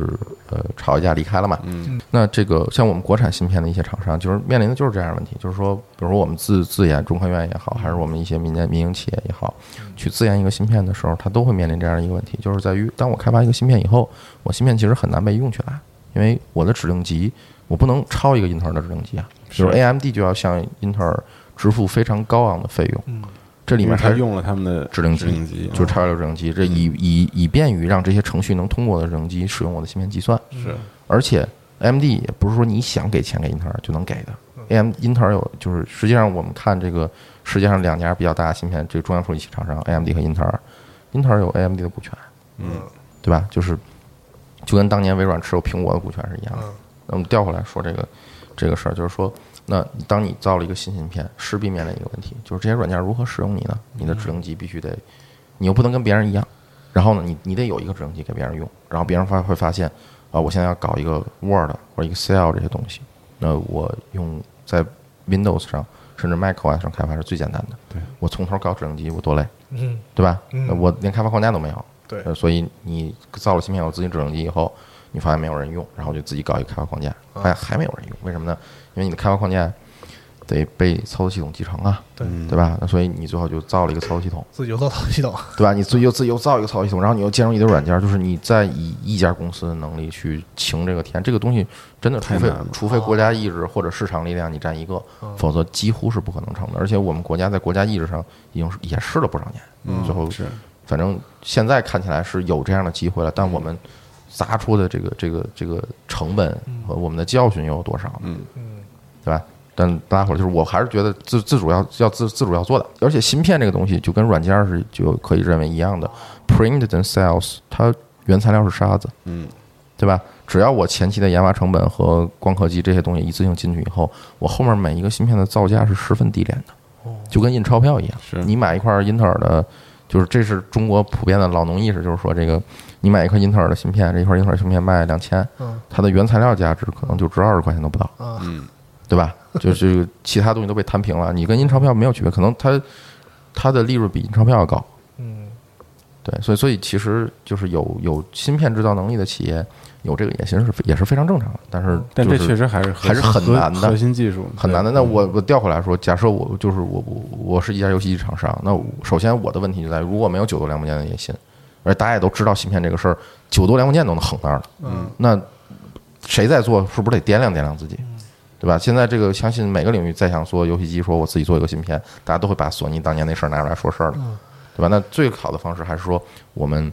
呃吵一架离开了嘛。嗯，那这个像我们国产芯片的一些厂商，就是面临的就是这样的问题，就是说，比如说我们自自研中科院也好，还是我们一些民间民营企业也好，去自研一个芯片的时候，它都会面临这样一个问题，就是在于当我开发一个芯片以后，我芯片其实很难被用起来，因为我的指令集我不能超一个英特尔的指令集啊，就是 AMD 就要向英特尔支付非常高昂的费用，这里因为面他还用了他们的指令指令机，嗯啊就是超越了指令机，这以以以便于让这些程序能通过我的指令机使用我的芯片计算。是，而且 AMD 也不是说你想给钱给英特尔就能给的。AM 嗯英特尔有就是实际上我们看这个世界上两家比较大的芯片这个中央处理器厂商 AMD 和英特尔，英特尔有 AMD 的股权，嗯，对吧？就是就跟当年微软持有苹果的股权是一样嗯嗯的。那我们调回来说这个这个事儿，就是说，那当你造了一个新芯片，势必面临一个问题，就是这些软件如何使用你呢？你的指令集必须得，你又不能跟别人一样，然后呢，你你得有一个指令集给别人用，然后别人发会发现，啊，我现在要搞一个 Word 或者 Excel 这些东西，那我用在 Windows 上甚至 macOS 上开发是最简单的。对，我从头搞指令集，我多累。嗯，对吧？嗯那我连开发框架都没有。对呃所以你造了芯片有自己指令集以后，你发现没有人用，然后就自己搞一个开发框架，嗯发现还没有人用，为什么呢？因为你的开发框架得被操作系统继承啊，对对吧？那所以你最后就造了一个操作系统，自己有造套系统，对吧？你自己又自己又造一个操作系统，然后你又兼容你的软件，就是你再以一家公司的能力去擎这个天，这个东西真的，除太非难了除非国家意志或者市场力量你占一个，否则几乎是不可能成的。而且我们国家在国家意志上已经是也试了不少年，最后嗯是反正现在看起来是有这样的机会了，但我们砸出的这个这个这个成本和我们的教训又有多少？嗯嗯，对吧？但大家伙儿就是，我还是觉得自自主要要自自主要做的，而且芯片这个东西就跟软件儿是就可以认为一样的，print themselves，它原材料是沙子，嗯，对吧？只要我前期的研发成本和光刻机这些东西一次性进去以后，我后面每一个芯片的造价是十分低廉哦的，就跟印钞票一样，是你买一块英特尔的。就是这是中国普遍的老农意识，就是说这个你买一块英特尔的芯片，这一块英特尔芯片卖两千嗯，它的原材料价值可能就值二十块钱都不到，嗯，对吧？就是其他东西都被摊平了，你跟印钞票没有区别，可能它它的利润比印钞票要高，嗯，对，所以所以其实就是有有芯片制造能力的企业有这个野心是也是非常正常的，但是但就这是确实还是核还是很核难的核心技术很难的。对那我我调回来说，假设我就是我我我是一家游戏机厂商，那我首先我的问题就在于，如果没有九头梁木剑的野心，而大家也都知道芯片这个事儿，九头梁木剑都能横那儿了，嗯，那谁在做，是不是得掂量掂量自己？对吧？现在这个，相信每个领域再想做游戏机，说我自己做一个芯片，大家都会把索尼当年那事儿拿出来说事儿的，对吧？那最好的方式还是说我们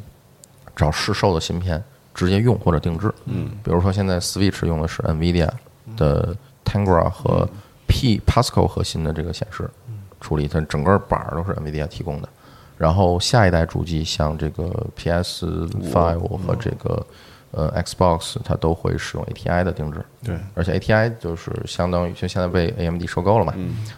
找市售的芯片直接用或者定制。嗯，比如说现在 Switch 用的是 NVIDIA 的 Tegra 和 P Pascal 核心的这个显示处理，它整个板儿都是 NVIDIA 提供的。然后下一代主机像这个 PS Five 和这个呃 Xbox，它都会使用 ATI 的定制。对，而且 ATI 就是相当于就现在被 AMD 收购了嘛。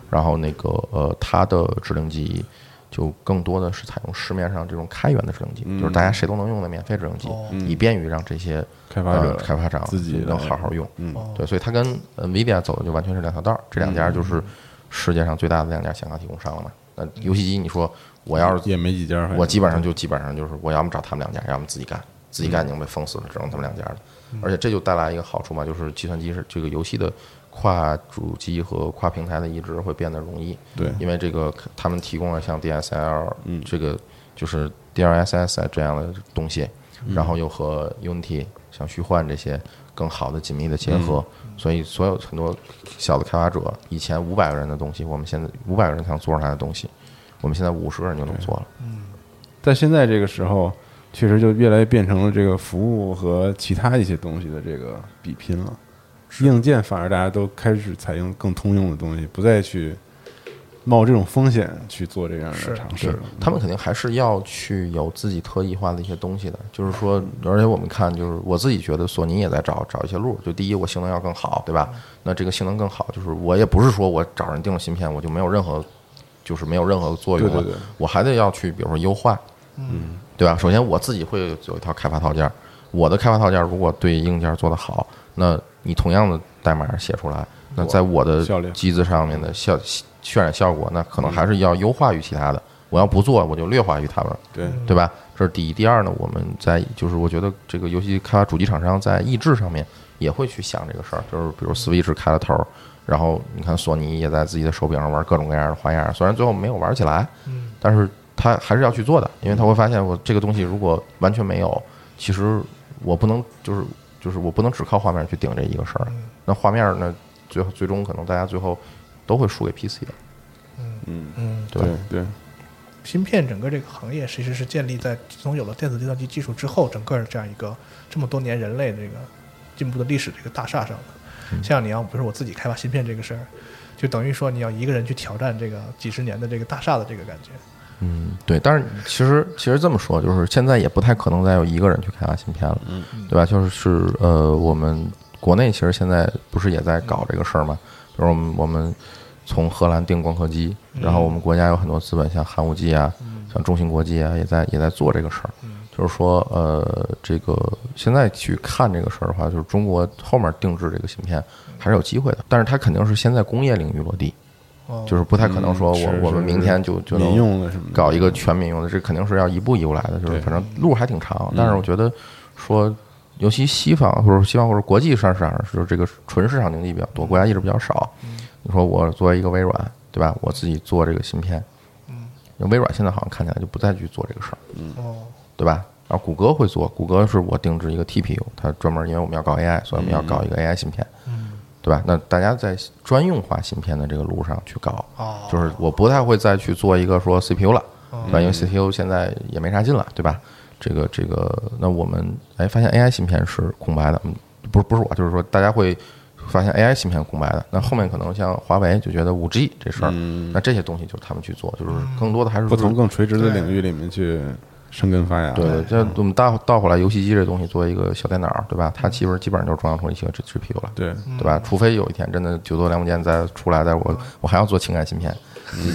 然后那个呃，它的指令集就更多的是采用市面上这种开源的指令集，就是大家谁都能用的免费指令集，以便于让这些嗯开发者呃开发商自己能来好好用。嗯，对，所以它跟呃 NVIDIA 走的就完全是两条道儿，这两嗯家就是世界上最大的两家显卡提供商了嘛。那游戏机，你说我要是也没几家，反正我基本上就基本上就是我要么找他们两家，要么自己干，自己干已经被封死了，只能他们两家了。而且这就带来一个好处嘛，就是计算机是这个游戏的跨主机和跨平台的移植会变得容易。对因为这个他们提供了像 DSL，这个就是 DLSS 啊这样的东西，然后又和 Unity 像虚幻这些更好的紧密的结合，所以所有很多小的开发者以前五百个人的东西，我们现在五百个人才能做出来的东西，我们现在五十个人就能做了。在现在这个时候，确实就越来越变成了这个服务和其他一些东西的这个比拼了。硬件反而大家都开始采用更通用的东西，不再去冒这种风险去做这样的是尝试是了。，他们肯定还是要去有自己特异化的一些东西的，就是说，而且我们看，就是我自己觉得索尼也在找找一些路。就第一，我性能要更好，对吧？那这个性能更好，就是我也不是说我找人定了芯片，我就没有任何，就是没有任何作用了，对对对我还得要去，比如说优化，嗯，对吧？首先我自己会有一套开发套件儿，我的开发套件儿如果对硬件做得好，那你同样的代码写出来，那在我的效率机子上面的效渲染效果，那可能还是要优化于其他的。我要不做，我就劣化于他们，对，对吧？这是第一。第二呢，我们在就是我觉得这个游戏开发主机厂商在益智上面也会去想这个事儿，就是比如 Switch 开了头儿，然后你看索尼也在自己的手柄上玩各种各样的花样，虽然最后没有玩起来，但是他还是要去做的，因为他会发现我这个东西如果完全没有，其实我不能就是就是我不能只靠画面去顶这一个事儿，那画面呢，最后最终可能大家最后都会输给 PC 的，嗯，对吧？对，芯片整个这个行业其实是建立在自从有了电子计算机技术之后，整个这样一个这么多年人类这个进步的历史这个大厦上嗯的。像你要比如说我自己开发芯片这个事儿，就等于说你要一个人去挑战这个几十年的这个大厦的这个感觉。嗯，对，但是其实其实这么说，就是现在也不太可能再有一个人去开发芯片了，对吧？就是是呃，我们国内其实现在不是也在搞这个事儿吗？比如我们我们从荷兰订光刻机，然后我们国家有很多资本，像寒武纪啊，像中芯国际啊，也在也在做这个事儿。嗯就是说，呃，这个现在去看这个事儿的话，就是中国后面定制这个芯片还是有机会的，但是它肯定是先在工业领域落地，哦，就是不太可能说我、嗯是我们是明天就就能民用的什么的搞一个全民用的，这肯定是要一步一步来的，就对是嗯反正路还挺长。但是我觉得说，尤其西方或者西方或者国际上市场就是这个纯市场经济比较多，国家意识比较少。你说我作为一个微软，对吧？我自己做这个芯片，嗯，微软现在好像看起来就不再去做这个事儿，哦，对吧？然后谷歌会做，谷歌是我定制一个 TPU，它专门因为我们要搞 AI，所以我们要搞一个 AI 芯片，对吧？那大家在专用化芯片的这个路上去搞，哦就是我不太会再去做一个说 CPU 了，对吧？因为 CPU 现在也没啥劲了，对吧？这个这个，那我们哎发现 AI 芯片是空白的，嗯不是不是我，就是说大家会发现 AI 芯片空白的。那后面可能像华为就觉得 5G 这事儿，那这些东西就是他们去做，就是更多的还是不从说更垂直的领域里面去生根发芽。对，呃像我们倒倒回来，游戏机这东西作为一个小电脑，对吧？它基本基本上就是中央处理器和 G G P U 了，对，嗯对吧？除非有一天真的九座梁不见再出来，但我我还要做情感芯片，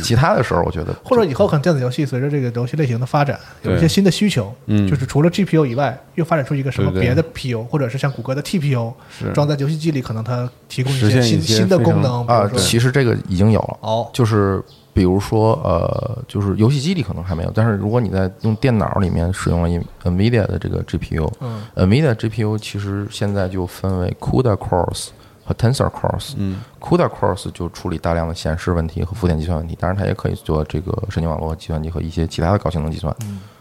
其他的时候我觉得或者以后可能电子游戏随着这个游戏类型的发展，有一些对新的需求，嗯就是除了 GPU 以外，又发展出一个什么对对别的 PU，或者是像谷歌的 TPU，是装在游戏机里，可能它提供一实些现新一些新的非功常能啊，比如说其实这个已经有了，哦就是比如说呃，就是游戏机里可能还没有，但是如果你在用电脑里面使用了一 NVIDIA 的这个 GPU，嗯，NVIDIA GPU 其实现在就分为 CUDA cores 和 Tensor cores，嗯，CUDA cores 就处理大量的显示问题和浮点计算问题，当然它也可以做这个神经网络计算机和一些其他的高性能计算，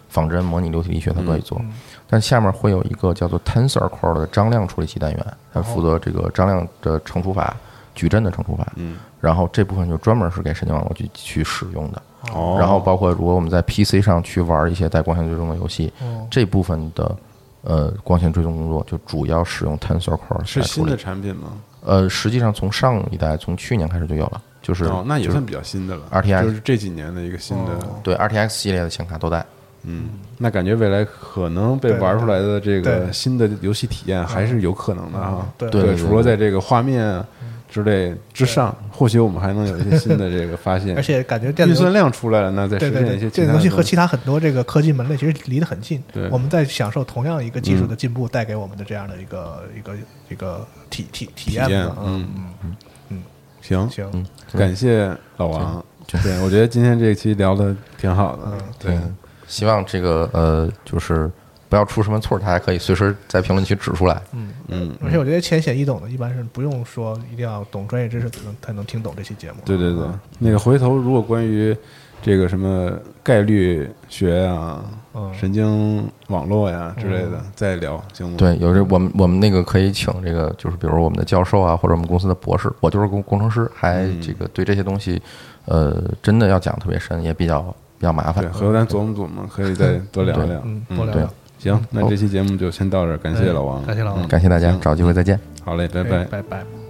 仿真、模拟流体力学它可以做，但下面会有一个叫做 Tensor Core 的张量处理器单元，它负责这个张量的乘除法、矩阵的乘除法。嗯，然后这部分就专门是给神经网络去去使用的。哦然后包括如果我们在 PC 上去玩一些带光线追踪的游戏，哦这部分的呃光线追踪工作就主要使用 Tensor Core 来是处新理的。产品吗？呃，实际上从上一代，从去年开始就有了，就是哦，那也就是算比较新的了 RTX 就是这几年的一个新的。哦对 RTX 系列的显卡都带。嗯，那感觉未来可能被对玩出来的这个对嗯新的游戏体验还是有可能的啊。对对对对除了在这个画面之类之上，或许我们还能有一些新的这个发现。 而且感觉电运子游算戏。量出来了，那再对实对现对一，些电其子他游的戏和东西其他很多这个科技门类其实离得很近对，嗯我们在享受同样一个技术的进步带给我们的这样的一个一个一个体体体体验验吧。，嗯嗯，行，行，感谢老王。对，我觉得今天这一期聊的挺好嗯的。对，嗯希望这个呃，就是不要出什么错，大家可以随时在评论区指出来。嗯嗯而且我觉得浅显易懂的，一般是不用说一定要懂专业知识才能才能听懂这期节目。对对对，那个回头如果关于这个什么概率学啊、嗯神经网络呀之类的，再聊行吗？，对，有这我们我们那个可以请这个，就是比如我们的教授啊，或者我们公司的博士，我就是工工程师，还这个对这些东西，呃，真的要讲特别深，也比较比较麻烦对，。回头咱琢磨琢磨，可以再多聊聊。嗯，多聊对聊，行，那这期节目就先到这儿，感谢老王，嗯感谢老王。感谢大家，找机会再见。好嘞，拜哎拜。拜拜。